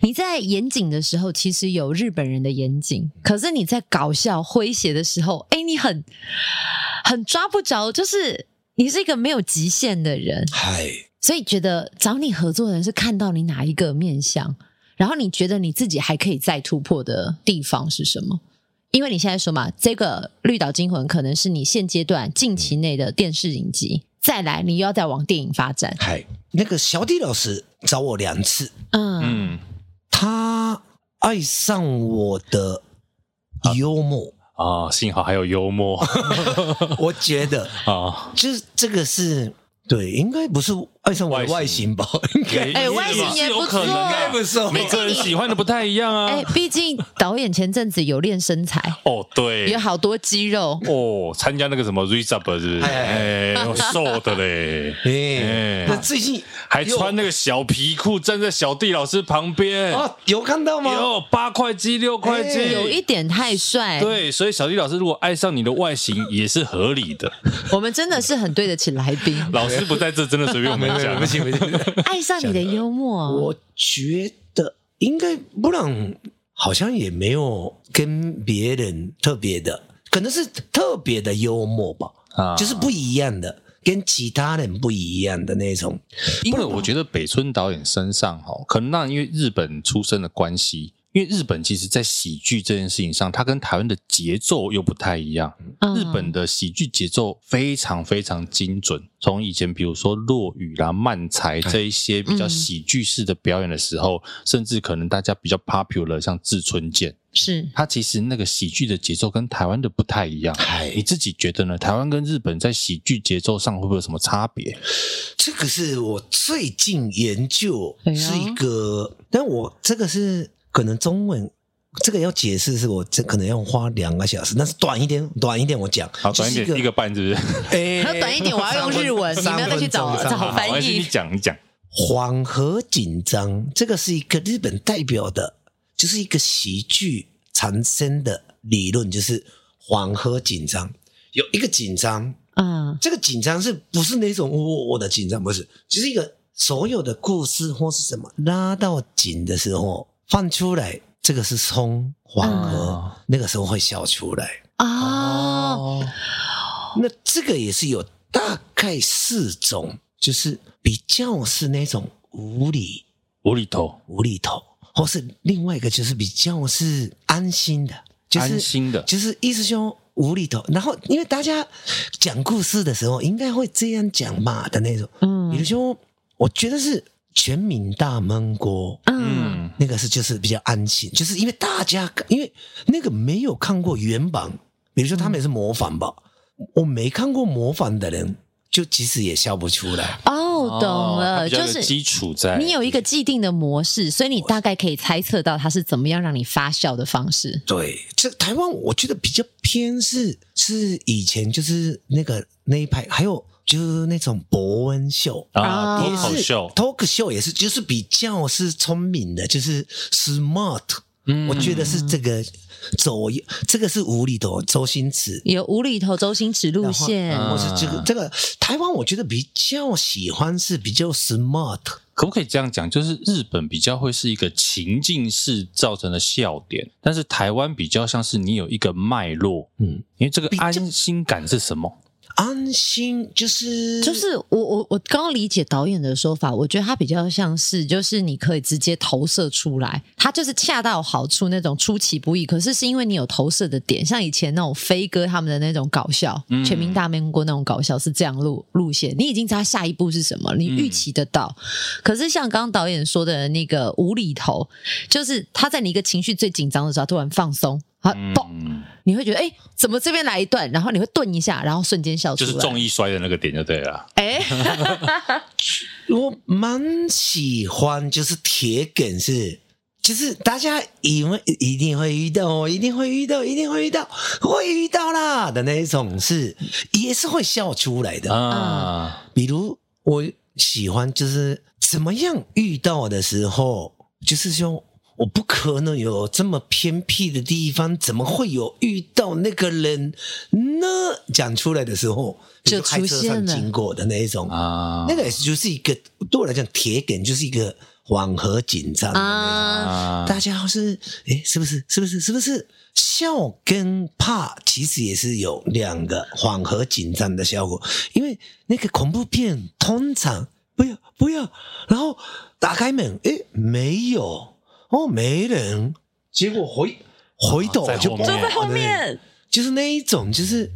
你在严谨的时候，其实有日本人的严谨，可是你在搞笑诙谐的时候，哎，你很很抓不着，就是你是一个没有极限的人，
嗨，
所以觉得找你合作的人是看到你哪一个面相，然后你觉得你自己还可以再突破的地方是什么？因为你现在说嘛，这个《绿岛惊魂》可能是你现阶段近期内的电视影集，再来你又要再往电影发展。
嗨，那个小弟老师找我两次，
嗯
嗯
他爱上我的 幽默，
啊，幸好还有幽默
我觉得
啊，
就是这个是对，应该不是爱上我的外形 吧，应该
哎外形也
是有
不
可能
错
的
应该
不是哦
每个人喜欢的不太一样啊。
哎，毕竟导演前阵子有练身材，
哦，对
有，好多肌肉，
哦，参加那个什么 r e s u p 是不是？
哎
哎，我瘦的嘞，
哎，那最近
还穿那个小皮裤，站在小弟老师旁边，
啊，有看到吗？
有八块肌六块肌，
有一点太帅。
对，所以小弟老师如果爱上你的外形也是合理的。
我们真的是很对得起 来宾，
老师不在这，真的随便我 们讲。啊
不行不行，
爱上你的幽默。
我觉得应该不然，好像也没有跟别人特别的，可能是特别的幽默吧，
啊
就是不一样的，跟其他人不一样的那种。
因为我觉得北村导演身上哈，可能那因为日本出身的关系，因为日本其实在喜剧这件事情上，它跟台湾的节奏又不太一样。
嗯
日本的喜剧节奏非常非常精准，从以前比如说落雨啦、漫才这一些比较喜剧式的表演的时候，甚至可能大家比较 popular 像志村健，
嗯是
它其实那个喜剧的节奏跟台湾的不太一样
哎。
你自己觉得呢？台湾跟日本在喜剧节奏上会不会有什么差别？
这个是我最近研究
哎，呀
是一个，但我这个是可能中文。这个要解释是我这可能要花两个小时，但是短一点，短一点我讲。
好，短一
就是
点，一个半是不是？
哎
还要短一点我要用日文
三
你们要再去
分钟
找
三分钟
找翻译
没关系你讲一讲。
缓和紧张，这个是一个日本代表的，就是一个喜剧产生的理论，就是缓和紧张。有一个紧张，
啊，
这个紧张是不是那种我我我的紧张？不是，就是一个所有的故事或是什么拉到紧的时候放出来，这个是松缓和，那个时候会笑出来。
哦啊，
哦那这个也是有大概四种，就是比较是那种无理。
无厘头，
无厘头，或是另外一个就是比较是安心的，就是
安心的
就是意思说无厘头。然后因为大家讲故事的时候，应该会这样讲嘛的那种。
嗯
比如说，我觉得是全民大闷锅。
嗯，
那个是就是比较安心，就是因为大家因为那个没有看过原版，比如说他们也是模仿吧，
嗯
我没看过模仿的人，就其实也笑不出来。
哦，懂
它
了，
比较
就
有基
是。
础在。
你有一个既定的模式，所以你大概可以猜测到它是怎么样让你发笑的方式。
对，这台湾我觉得比较偏是是以前就是那个那一派，还有就是那种伯恩秀。
啊，
啊
脱
也
口
是
秀，
talk show 也是，就是比较是聪明的，就是 smart、我嗯
嗯
觉得是这个走，这个是无厘头，周星驰
有无厘头周星驰路线，
然后嗯
或是这个这个台湾，我觉得比较喜欢是比较 smart，
可不可以这样讲？就是日本比较会是一个情境式造成的笑点，但是台湾比较像是你有一个脉络，
嗯，
因为这个
比较
安心感是什么？
安心就是
就是
嗯
我我我刚刚理解导演的说法，我觉得他比较像是，就是你可以直接投射出来，他就是恰到好处那种出其不意。可是是因为你有投射的点，像以前那种飞哥他们的那种搞笑，
嗯
全民大闷锅那种搞笑是这样路路线，你已经知道下一步是什么，你
嗯
预期得到。可是像刚刚导演说的那个无厘头，就是他在你一个情绪最紧张的时候他突然放松，啊，嘣，
嗯，
你会觉得哎、诶怎么这边来一段，然后你会顿一下，然后瞬间笑出
就是
来，
重一摔的那个点就对了。
哎。
我蛮喜欢，就是铁梗是，就是大家以为一定会遇到哦，一定会遇到，一定会遇到，会遇到啦的那一种是，也是会笑出来的。
啊，
比如我喜欢就是怎么样遇到的时候，就是说我不可能有这么偏僻的地方，怎么会有遇到那个人呢？讲出来的时候，比如
就
开车
出现
上
了
经过的那一种
啊
那个也是就是一个对我来讲铁梗，就是一个缓和紧张的那种。
啊，
啊
大家是哎，是不是？是不是？是不是？笑跟怕其实也是有两个缓和紧张的效果，因为那个恐怖片通常不要不要，然后打开门，哎，没有哦，没人，结果回回头
在
就哦
后面就在
后面，就是那一种，就是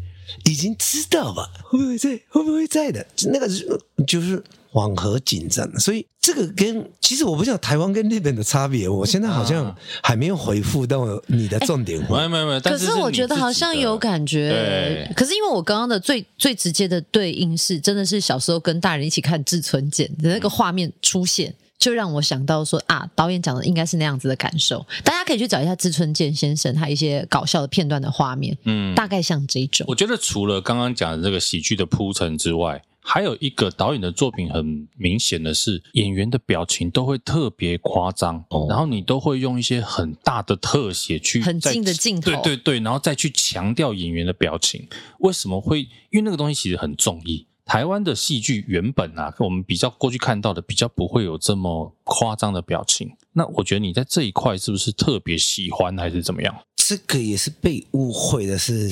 已经知道吧，会不会在，会不会在的，那个是就是缓和紧张，所以这个跟其实我不知道台湾跟日本的差别，我现在好像还没有回复到你的重点。
没有没有没有，但
可
是
是我
你
觉得
自己
好像
的
有感觉
对，
可是因为我刚刚的最最直接的对应是，真的是小时候跟大人一起看《志存简》的那个画面出现，就让我想到说啊，导演讲的应该是那样子的感受。大家可以去找一下志存健先生他一些搞笑的片段的画面，
嗯
大概像这种。
我觉得除了刚刚讲的这个喜剧的铺陈之外，还有一个导演的作品很明显的是，演员的表情都会特别夸张，
哦
然后你都会用一些很大的特写去
很
再
近的镜头
对对对，然后再去强调演员的表情。为什么会？因为那个东西其实很重义。台湾的戏剧原本啊，我们比较过去看到的比较不会有这么夸张的表情。那我觉得你在这一块是不是特别喜欢，还是怎么样？
这个也是被误会的是，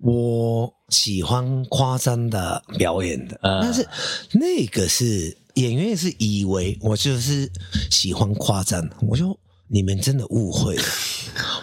我喜欢夸张的表演的，
嗯
但是那个是演员也是以为我就是喜欢夸张，我就你们真的误会了，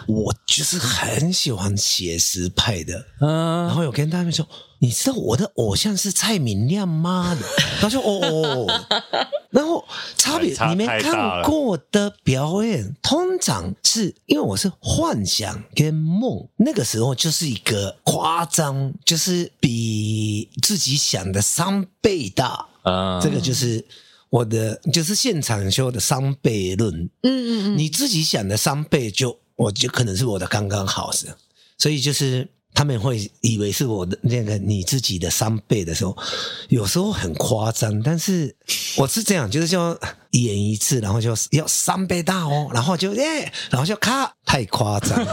我就是很喜欢写实派的，
嗯、
然后有跟他们说，你知道我的偶像是蔡明亮吗？ 他说哦哦，哦然后差别
差
你没
太大
看
了
过的表演，通常是因为我是幻想跟梦，那个时候就是一个夸张，就是比自己想的三倍大，
嗯
这个就是。我的就是现场秀的三倍论，
嗯嗯嗯，
你自己想的三倍就，我就可能是我的刚刚好是，所以就是他们会以为是我的那个你自己的三倍的时候，有时候很夸张，但是我是这样，就是就演一次，然后就要三倍大哦，然后就耶、然后就咔，太夸张 了，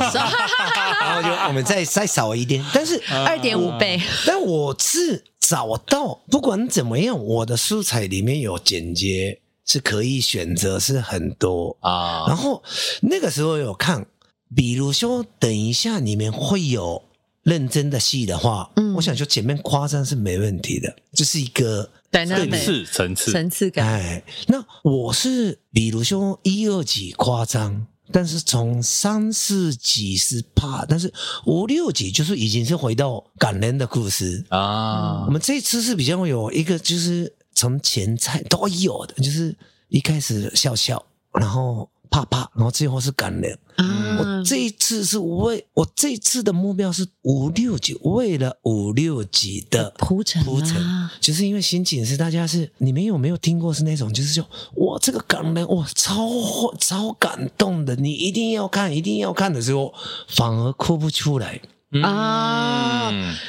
然后就我们再再少一点，但是
二点五倍，
但我是找到，不管怎么样，我的素材里面有剪接是可以选择，是很多
啊
然后那个时候有看，比如说等一下你们会有认真的戏的话，
嗯
我想说前面夸张是没问题的，就是一个
对，那
层
对
次层次
层次感，
哎，那我是比如说一二级夸张。但是从三四级是怕，但是五六级就是已经是回到感人的故事，
啊
我，们这一次是比较有一个，就是从前菜都有的，就是一开始笑笑，然后啪啪，然后最后是感人。
啊
嗯
我，这一次是为我这一次的目标是五六级，为了五六级的
铺陈
铺陈
啊，
就是因为新景是大家是你们有没有听过是那种就是说哇这个感人哇超超感动的，你一定要看一定要看的时候，反而哭不出来。
嗯
啊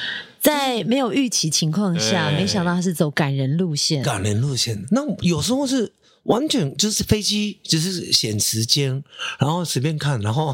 在没有预期情况下，
对
没想到他是走感人路线，
感人路线。那有时候是完全就是飞机，就是显时间，然后随便看，然后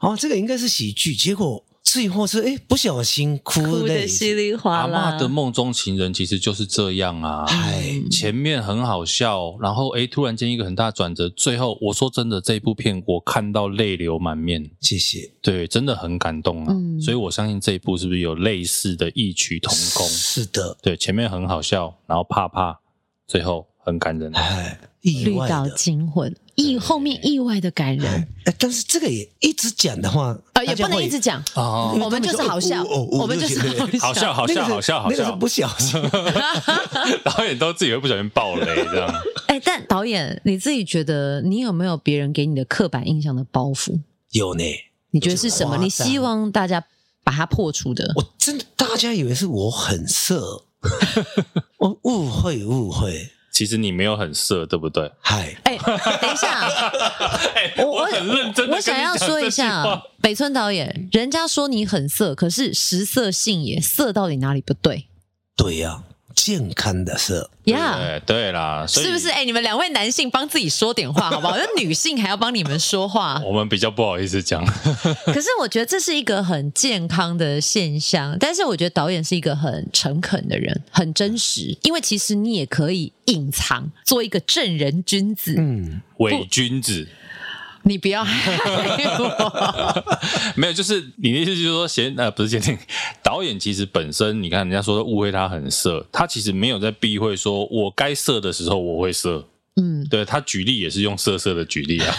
哦，这个应该是喜剧，结果最后是哎不小心哭
哭
泪
的。稀里哗
阿
啦
嬷的梦中情人其实就是这样啊，
哎，
前面很好笑，然后诶，突然间一个很大的转折，最后我说真的，这部片我看到泪流满面，
谢谢。
对，真的很感动啊。
嗯
所以我相信这一部是不是有类似的异曲同工？
是的，
对，前面很好笑，然后怕怕，最后很感人。
哎，意
绿
外
岛
的。
惊魂，意后面意外的感人，
哎，但是这个也一直讲的话，
呃，也
大家
不能
会
一直讲，
哦，
我们就是好笑，
哦哦哦
我们就是
对对
好笑，好
那个
笑，
是
好笑，好
那个是
笑
不！小心。
导演都自己会不小心爆雷这样。
哎，但导演你自己觉得，你有没有别人给你的刻板印象的包袱？
有呢，
你觉得是什么？
就是夸张
你希望大家把它破除的？
我真的大家以为是我很色，我误会误会。
其实你没有很色，对不对？
嗨，
哎，等一下，我我
哎很认真地跟你
我想要
讲
说
这
一
句话
下，啊北村导演，人家说你很色，可是食色性也，色到底哪里不对
对呀、健康的色。
呀
对对啦，所以
是不是？哎、你们两位男性帮自己说 点话好不好？那女性还要帮你们说话。
哦
我们比较不好意思讲，
可是我觉得这是一个很健康的现象，但是我觉得导演是一个很诚恳的人，很真
嗯
实。因为其实你也可以隐藏，做一个正人君子。
嗯，
伪君子
你不要害 我。
没有，就是你的意思就是说嫌呃不是嫌定导演其实本身你看人家说误会他很色，他其实没有在避讳说我该色的时候我会色，
嗯，
对他举例也是用色色的举例啊，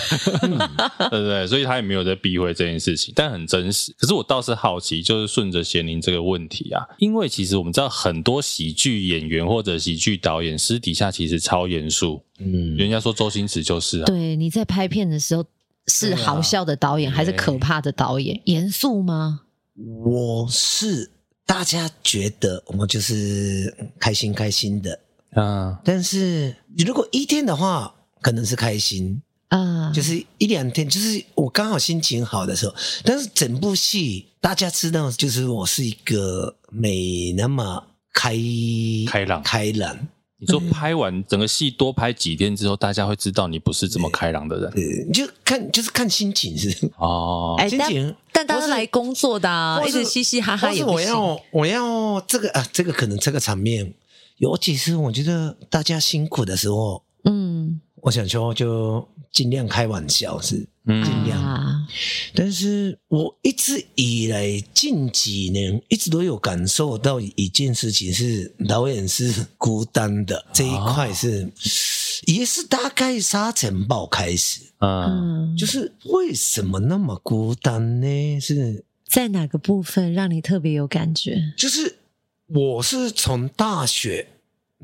对不对？所以他也没有在避讳这件事情，但很真实。可是我倒是好奇，就是顺着贤玲这个问题啊，因为其实我们知道很多喜剧演员或者喜剧导演私底下其实超严肃，
嗯，
人家说周星驰就是啊，
对，你在拍片的时候是
对啊
好笑的导演还是可怕的导演？严肃吗？
我是大家觉得我们就是嗯开心开心的，
啊，
但是如果一天的话，可能是开心，
啊、
就是一两天，就是我刚好心情好的时候。但是整部戏大家知道，就是我是一个没那么开
开朗
开朗，
你说拍完整个戏多拍几天之后，大家会知道你不是这么开朗的人
对，就看就是看心情是
哦。
哎
心
但
情。
但大
或
家
是
来工作的、啊，
或
一
是
直嘻嘻哈哈
但
也
是
不
我
行。
要我要这个啊，这个可能这个场面，尤其是我觉得大家辛苦的时候，
嗯，
我想说就尽量开玩笑是。
嗯
尽量
啊，
但是我一直以来近几年一直都有感受到一件事情是，导演是孤单的这一块是，也是大概沙尘暴开始，
嗯，
嗯，
就是为什么那么孤单呢？是
在哪个部分让你特别有感觉？
就是我是从大学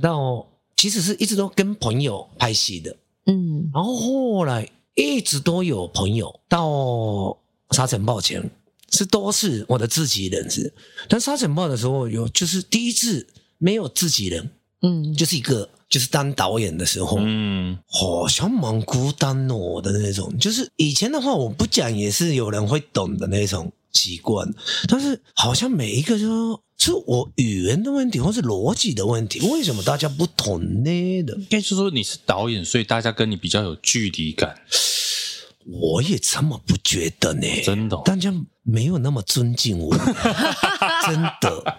到其实是一直都跟朋友拍戏的，
嗯
然后后来一直都有朋友到沙尘暴前是都是我的自己人是，但沙尘暴的时候有就是第一次没有自己人，
嗯，
就是一个就是当导演的时候，
嗯，
好像蛮孤单哦的那种。就是以前的话我不讲也是有人会懂的那种习惯，但是好像每一个就说是我语言的问题，或是逻辑的问题，为什么大家不同呢的？
应该是说你是导演，所以大家跟你比较有距离感，
我也这么不觉得呢，
真的哦。
大家没有那么尊敬我， 真的。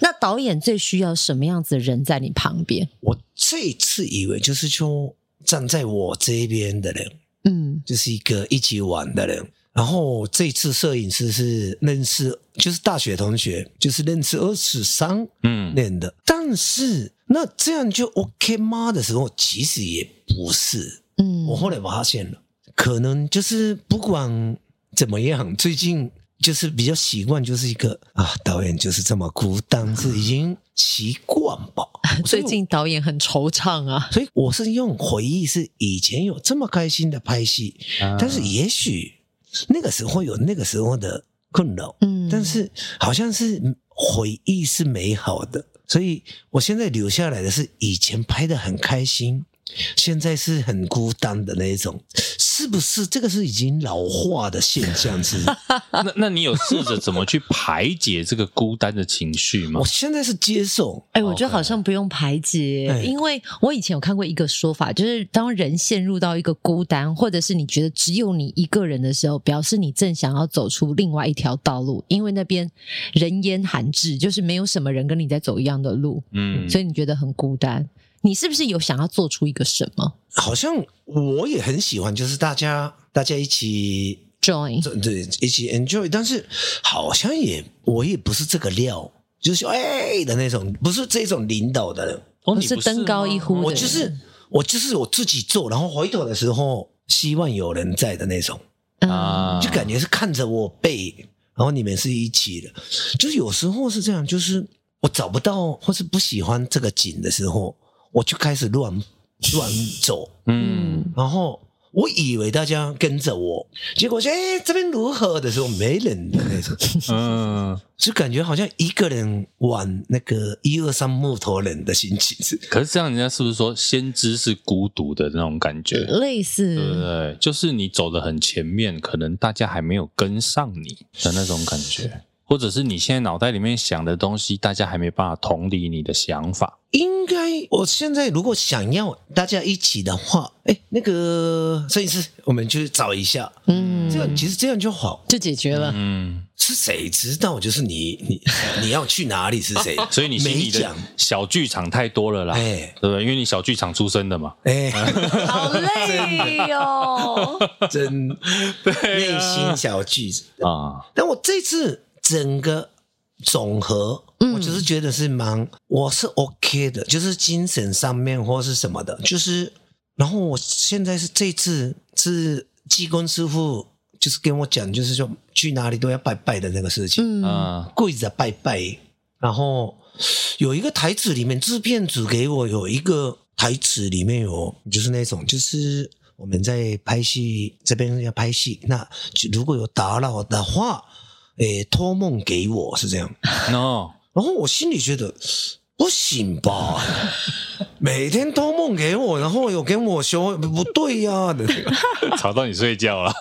那导演最需要什么样子的人在你旁边？
我这次以为就是说站在我这边的人，
嗯
就是一个一起玩的人。然后这次摄影师是认识，就是大学同学，就是认识二十三
嗯，
年的。但是那这样就 OK 吗的时候，其实也不是。
嗯，。
我后来发现了，可能就是不管怎么样，最近就是比较习惯，就是一个啊，导演就是这么孤单，是已经习惯吧
最近导演很惆怅啊。
所以，所以我是用回忆，是以前有这么开心的拍戏，
啊
但
嗯
是也许那个时候有那个时候的困扰，
嗯
但是好像是回忆是美好的，所以我现在留下来的是以前拍的很开心，现在是很孤单的那一种，是不是？这个是已经老化的现象是？
那那你有试着怎么去排解这个孤单的情绪吗
我？现在是接受，
哎、我觉得好像不用排解
哎
因为我以前有看过一个说法，就是当人陷入到一个孤单，或者是你觉得只有你一个人的时候，表示你正想要走出另外一条道路，因为那边人烟罕至，就是没有什么人跟你在走一样的路，
嗯，
所以你觉得很孤单。你是不是有想要做出一个什么
好像我也很喜欢，就是大家大家一起
join？
对对，一起 enjoy，但是好像也我也不是这个料，就是说哎的那种，不是这种领导的人，
哦
不
你
是登高一呼
吗
的
我
人
就是我就是我自己做，然后回头的时候希望有人在的那种，
啊，
嗯就感觉是看着我背，然后你们是一起的，就是有时候是这样，就是我找不到或是不喜欢这个景的时候，我就开始乱乱走。
嗯
嗯
然后我以为大家跟着我，结果说：“哎、这边如何？”的时候没人的那种，
嗯，
就感觉好像一个人玩那个一二三木头人的心情是。
可是这样人家是不是说先知是孤独的那种感觉？嗯
嗯
类
对不
似，
对？就是你走的很前面，可能大家还没有跟上你的那种感觉，或者是你现在脑袋里面想的东西，大家还没办法同理你的想法。
应该我现在如果想要大家一起的话，哎，那个摄影师，我们去找一下，
嗯，
这样其实这样就好。
就解决了。
嗯，
是谁知道？就是你 你你要去哪里是谁？
所以你心
没
里的
讲，
小剧场太多了啦，
哎
对不对？因为你小剧场出身的嘛。
哎，
嗯
好累哦，
真内心小句子。
啊，
但我这次整个总和，
嗯
我就是觉得是蛮，我是 OK 的，就是精神上面或是什么的，就是然后我现在是这次是技工师傅，就是跟我讲，就是说去哪里都要拜拜的那个事情，
嗯，
啊，
跪着拜拜。然后有一个台词里面，制片组给我有一个台词里面有，就是那种就是。我们在拍戏，这边要拍戏，那就如果有打扰的话，诶，托梦给我是这样。
no，
然后我心里觉得不行吧，每天托梦给我，然后有跟我说不对呀、
吵到你睡觉了。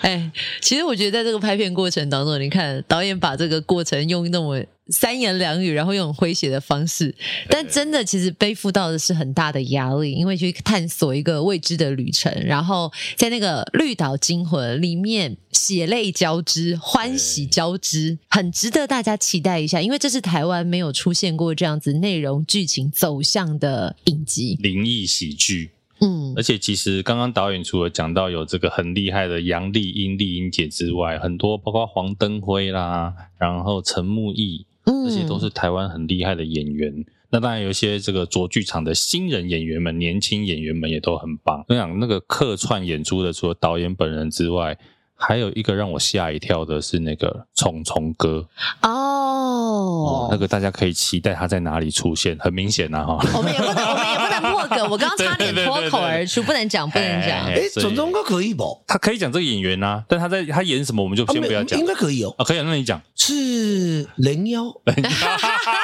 哎，其实我觉得在这个拍片过程当中，你看导演把这个过程用那么三言两语，然后用很诙谐的方式，但真的其实背负到的是很大的压力，因为去探索一个未知的旅程，然后在那个绿岛惊魂里面血泪交织、欢喜交织，很值得大家期待一下，因为这是台湾没有出现过这样子内容剧情走向的影集。
灵异喜剧，
嗯
而且其实刚刚导演除了讲到有这个很厉害的杨丽英、丽英姐之外，很多包括黄登辉啦，然后陈木易，
嗯
这些都是台湾很厉害的演员。那当然有一些这个卓剧场的新人演员们、年轻演员们也都很棒。我想那个客串演出的，除了导演本人之外，还有一个让我吓一跳的是那个虫虫哥
哦
哦，那个大家可以期待他在哪里出现，很明显啊哈。
我们也不能，我们也不能破梗。我刚刚差点脱口而出，不能讲，不能 讲
哎。
诶，
所以
总中哥可以不？
他可以讲这个演员啊，但他在他演什么我们就
啊
先
没
不要讲
应该可以哦。
啊。可以，啊，那你讲
是人妖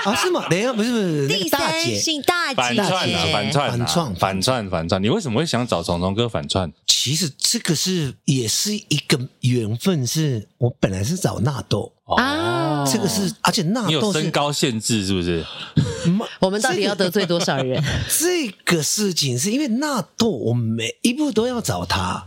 啊？是吗？人妖不是不是那个大姐。
性大
反串啊，反串啊，
反串
反串，反串。你为什么会想找虫虫哥反串？
其实这个是也是一个缘分，是我本来是找纳豆，
啊
这个是而且纳
哦你有
豆
身
是
高限制是不是？
妈
我们到底要得罪多少人？
这个事情是因为纳豆，我每一步都要找他。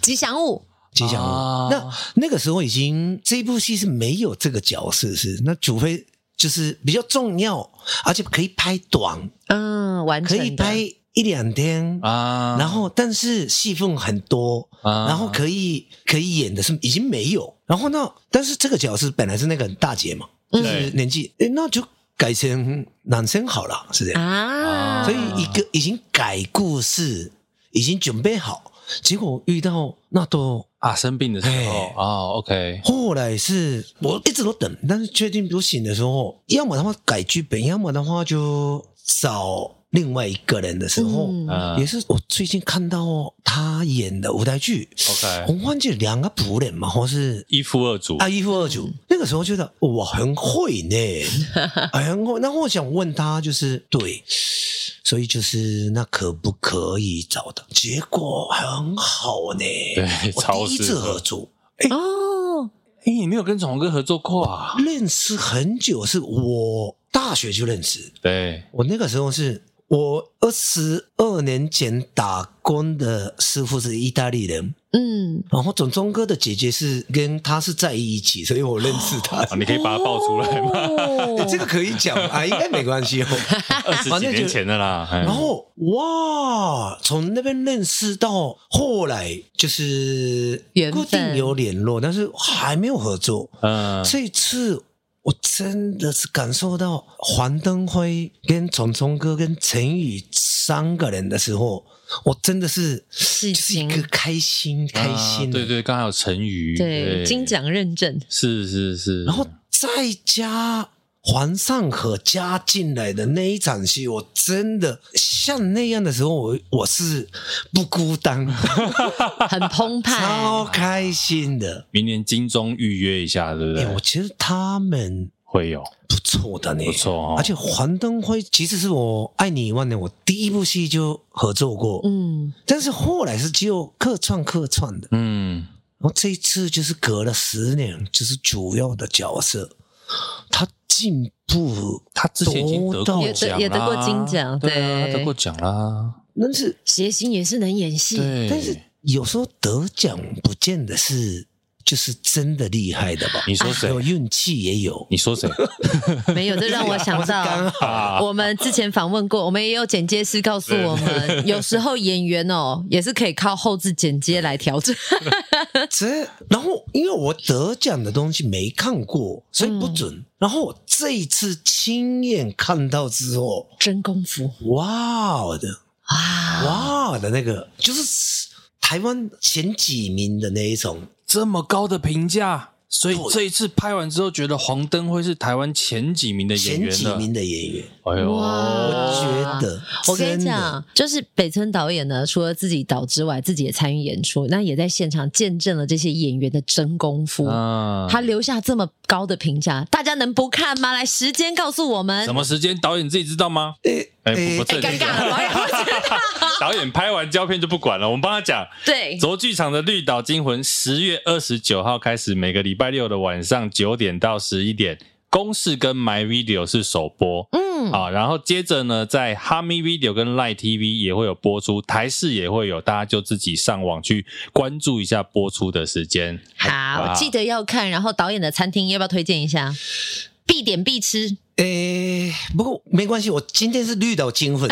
吉祥物
吉祥物。
啊
那那个时候已经这一部戏是没有这个角色是，那除非就是比较重要，而且可以拍短，
嗯，完
可
成的
以拍一两天。
啊，
然后，但是戏份很多，
啊
然后可以可以演的是已经没有。然后呢，但是这个角色本来是那个大姐嘛，
嗯
就是
对
年纪，诶那就改成男生好了，是这样。
啊，
所以一个已经改故事，已经准备好，结果遇到那都
啊生病的时候
哎
哦，OK，
后来是我一直都等，但是确定不行的时候，要么的话改剧本，要么的话就找另外一个人的时候，啊
嗯
嗯
也是我最近看到他演的舞台剧
OK
我忘记两个仆人嘛，或是
一夫二主
啊，一夫二主。那个时候觉得我很会 呢，很会。然后我想问他，就是对，所以就是那可不可以找他？结果很好呢，
对超
我第一
适
次
合
合作。
哦，
哎，你没有跟虫虫哥合作过啊？
认识很久，是我大学就认识。
对，
我那个时候是我二十二年前打工的师傅是意大利人，
嗯，
然后总中哥的姐姐是跟他是在一起，所以我认识他。
啊，你可以把它爆出来吗？
哦
哎
这个可以讲啊，应该没关系哦。
二十几年前的啦，哎
然后哇，从那边认识到后来就是
缘分
固定有联络，但是还没有合作。
嗯，
这次我真的是感受到黄登辉、跟虫虫哥、跟陈宇三个人的时候，我真的是
事
就是一
情
个开心开心、
啊对。对，刚好有成语，
对金奖认证，
是是是，
然后再加黄尚和加进来的那一场戏，我真的像那样的时候，我我是不孤 单，
很澎湃
超。开心的。
明年金钟预约一下，对不
哎、
对？
我觉得他们
会有
不错的呢，
不错哦，
而且黄登辉其实是我爱你一万年，我第一部戏就合作过，
嗯，
但是后来是只有客串客串的。
嗯，
然后这一次就是隔了十年，就是主要的角色，他进步，
他之前已经得过
也
得
奖啦
也得过金奖
对啊，
对
得过奖啦，
但是
谐星也是能演戏，
对，
但是有时候得奖不见得是就是真的厉害的吧？
你说谁
有运气也有，
你说谁？
没有，这让我想到，
刚
好
我们之前访问过，我们也有剪接师告诉我们，有时候演员哦也是可以靠后置剪接来调整。
这，然后因为我得奖的东西没看过，所以不准。
嗯
然后我这一次亲眼看到之后，
真功夫
哇哦的，
哇，
哇的那个，就是台湾前几名的那一种，
这么高的评价，所以
对
这一次拍完之后，觉得黄灯会是台湾前几名的演
前
员啊
几
了。
名的演员，
哎呦，
哇
我觉得，
我跟你
真的
讲，就是北村导演呢，除了自己导之外，自己也参与演出，那也在现场见证了这些演员的真功夫。
啊
他留下这么高的评价，大家能不看吗？来，时间告诉我们
什。么时间？导演自己知道 吗？
诶
哎，
诶
不不正
哎尴尬了导演不知道
导演拍完胶片就不管了，我们帮他讲。
对，
卓剧场的《绿岛惊魂》十月二十九号开始，每个礼拜六的晚上九点到十一点，公视跟 My Video 是首播。
嗯，
啊，然后接着呢，在 h a m i Video 跟 Lite TV 也会有播出，台视也会有，大家就自己上网去关注一下播出的时间。
好，
哇
记得要看。然后导演的餐厅要不要推荐一下？必点必吃，
诶、不过没关系，我今天是绿岛 金粉，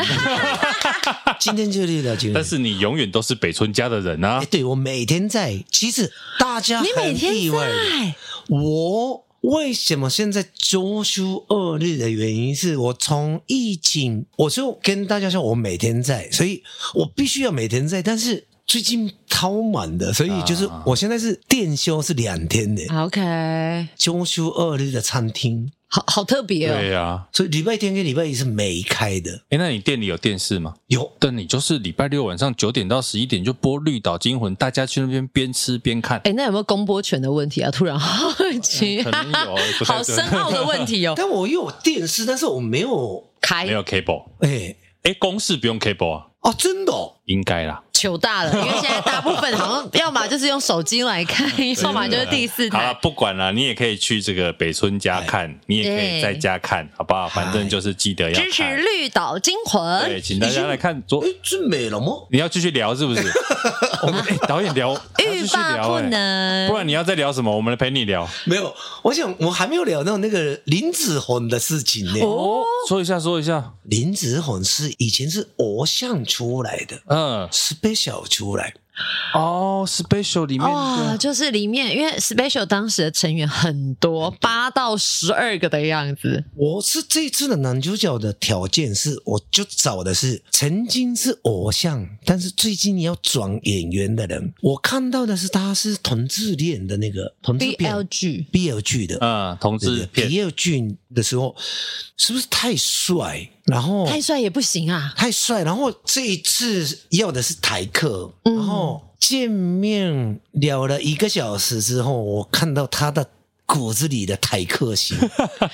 今天就是绿岛金粉。
但是你永远都是北村家的人啊
诶，！对我每天在，其实大家
你每
很
天
意外的
在
我为什么现在周休二日的原因是我从疫情，我就跟大家说我每天在，所以我必须要每天在，但是。最近超满的，所以就是
啊
我现在是店休是两天的，
，OK，
周休二日的餐厅，
好好特别哦。
对呀、啊，
所以礼拜天跟礼拜一是没开的。
哎，那你店里有电视吗？
有
但你就是礼拜六晚上九点到十一点就播《绿岛惊魂》，大家去那边边吃边看。
哎，那有没有公播权的问题啊？突然好奇，
哎可能有不太
好
对
深奥的问 题哦。
但我又有电视，但是我没有
开
没有 cable，
哎、
哎、公式不用 cable 啊，
哦，真的、哦，
应该啦。
糗大了，因为现在大部分好像要么就是用手机 来看，要么就是第四
好了，
台。
不管了，你也可以去这个北村家看，你也可以在家看，好不好？反正就是记得要
支持
看。
绿岛惊魂
对，，请大家来看昨
哎、。这没了吗？
你要继续聊 是不是？我们、哎导演聊，还要
欲
继续
罢
聊、
不
哎
能。
不然你要再聊什么？我们陪你聊。
没有，我想我还没有聊到那个林子宏的事情呢。
哦，
说一下，说一下。
林子宏是以前是偶像出来的
嗯，
，special 出来，
哦，special 里面
哇，
的
就是里面因为 Special 当时的成员很多，八到十二个的样子。
我是这次的男主角的条件是，我就找的是曾经是偶像，但是最近要转演员的人。我看到的是他是同志恋的那个同志片
BL 剧
BL 剧的，
嗯，同
对
志
对
片
皮尔俊的时候，是不是太帅？然后
太帅也不行 啊，
太帅，然后这一次要的是台客，
嗯
然后见面聊了一个小时之后，我看到他的骨子里的台客 心，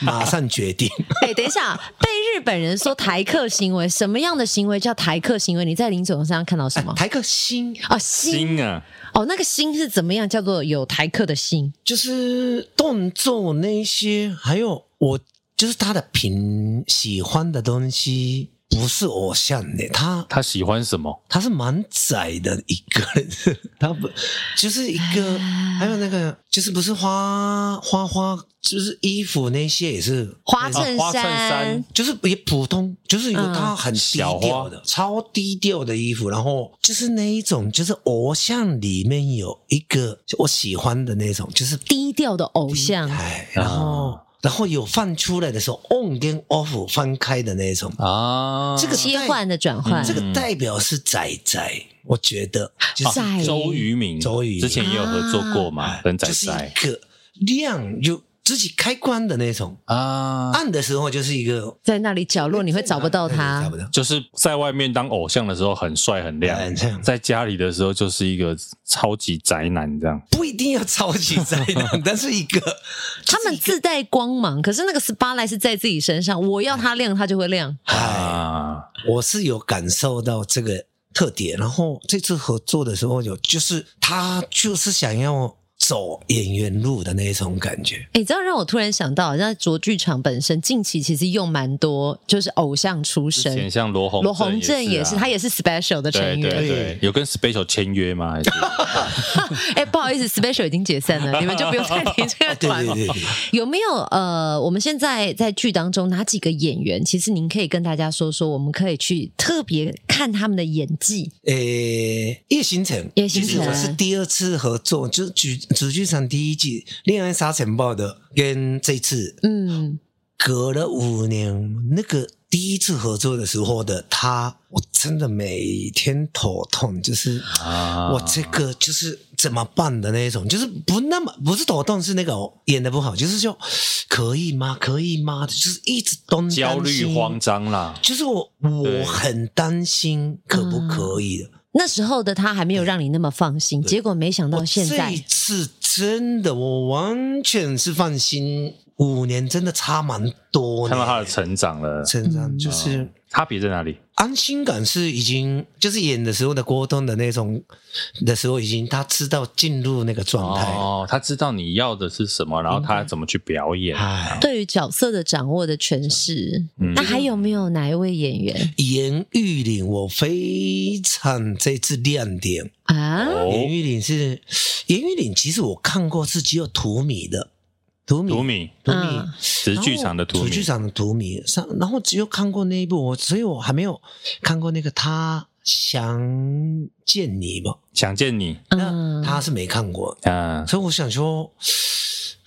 马上决定。
哎、等一下，被日本人说台客行为，什么样的行为叫台客行为？你在林总身上看到什么？
啊哎台客心
哦，心
心啊，
哦，那个心是怎么样叫做有台客的心？
就是动作那一些，还有我就是他的平喜欢的东西，不是偶像的，他
他喜欢什么？
他是蛮窄的一个人，他不就是一
哎
个，还有那个就是不是花花花，就是衣服那些也是，
花
啊
衬
花衬
衫
衫，
就是也普通，就是有
嗯
他很低调的，超低调的衣服，然后就是那一种，就是偶像里面有一个我喜欢的那种，就是
低调的偶像。
哎，然后、然后有放出来的时候，on 跟 off 翻开的那种，
啊，
这个嗯
切换的转换，
这个代表是仔仔，我觉得就是
窄哎
周渝民，
周渝民
之前也有合作过嘛，跟仔
哎就是
仔
一个亮有自己开关的那种，
啊，
暗的时候就是一个哎
在那里角落你会找不到
对
他
找不。到。
就是在外面当偶像的时候很帅很亮，
很亮
在家里的时候就是一个超级宅男这样。
不一定要超级灾难， 但是一个
他们自带光芒，可是那个 spotlight 是在自己身上，我要它亮，它就会亮。
哎，
啊，
我是有感受到这个特点。然后这次合作的时候有，就是他就是想要走演员路的那种感觉。
哎，这样让我突然想到，那卓剧场本身近期其实用蛮多，就是偶像出
之前
身，
像罗红
罗红正也是，
啊
他也是 special 的成
对对
员。
对，有跟 Special 签约吗？ 还是
哎，不好意思，special 已经解散了，你们就不用再提这个
对
团了
对。对 对，
有没有呃，我们现在在剧当中哪几个演员，其实您可以跟大家说说，我们可以去特别看他们的演技。
诶，叶星辰，
叶星辰
其实我是第二次合作，就是主主剧场第一季《恋爱沙尘暴》的，跟这次
嗯，
隔了五年，那个第一次合作的时候的他，我真的每天头痛，就是
啊
我这个就是怎么办的那一种，就是不那么不是头痛，是那个哦演的不好，就是就可以吗？可以吗？就是一直东担心
焦虑慌，张啦，
就是我我
对
很担心可不可以的。
那时候的他还没有让你那么放心，结果没想
我
到现
这一
在，
次真的，我完全是放心。五年真的差蛮多呢，
看到他的成长了，
成长
嗯
就是
差别在哪里？
安心感是已经就是演的时候的郭东的那种的时候，已经他知道进入那个状态。
哦，他知道你要的是什么，然后他怎么去表演。
哎，
对于角色的掌握的诠释，
嗯
那还有没有哪一位演员
严玉玲，我非常这次亮点。
啊？
严
哦，
玉玲是严玉玲，其实我看过是只有土米的，土米
图米，
土米
嗯
直剧场的图
土
米，
哦剧场的土米上，然后只有看过那一部，我所以我还没有看过那个他想见你吧，
想见你，
那
嗯，
他是没看过，
嗯，
所以我想说，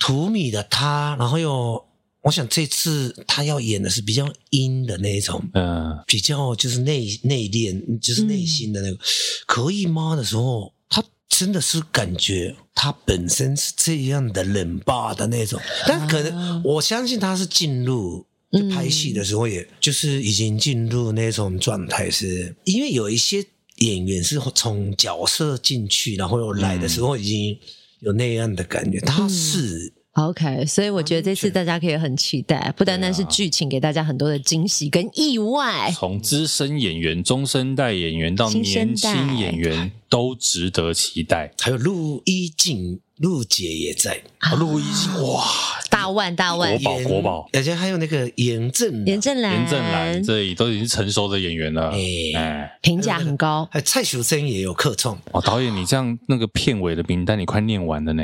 土米的他，然后又，我想这次他要演的是比较阴的那一种，
嗯，
比较就是内内敛，就是内心的那个，可以吗的时候，他真的是感觉他本身是这样的冷霸的那种，但可能、
啊
我相信他是进入。就拍戏
嗯
的时候，也就是已经进入那种状态是，因为有一些演员是从角色进去，然后又来的时候已经有那样的感觉，他是
OK，所以我觉得这次大家可以很期待，不单单
啊
是剧情给大家很多的惊喜跟意外。
从资深演员、中生代演员到
哎新生
年
代
轻演员，都值得期待。
还有陆一静、陆姐也在，
哦陆一星，哇，
大万大万
国，宝
严
国宝，
而且还有那个严正、
哦
啊
严正兰，
严正兰这里都已经成熟的演员了，
哎
哎，
评价很 高。
哎，蔡徐坤也有客串，
哦，导演，你这样那个片尾的名单你快念完了 呢，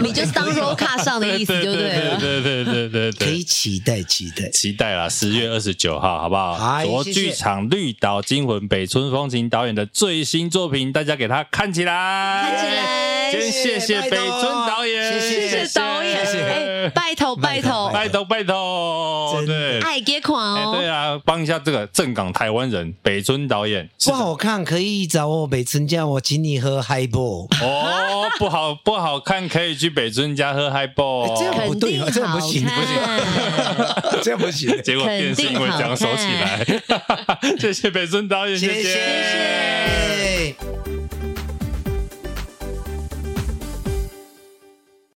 你就是当 roll 卡上的意思就对了。
对对对对
可以
对。
期待期待。
期待啦，十月二十九号，好不好？
好
哎
卓
谢谢
剧场绿岛惊魂北村风情导演的最新作品，大家给他看起来，
看起来
先哎谢谢北村导演，
谢
谢谢导演，
谢谢
哎，拜托拜托，
拜托拜托，
真
对
的，
爱给款
哎，对
哦。
啊，帮一下这个正港台湾人北村导演，是
不好看可以找我北村家，我请你喝 high ball。
哦，不好不好看，可以去北村家喝 h i b a
哎这
l
样
肯
不对
定
啊
好
这样不行不
看，
这样不行，
结果电视因为 这样收起来，谢谢北村导演，
谢
谢
谢。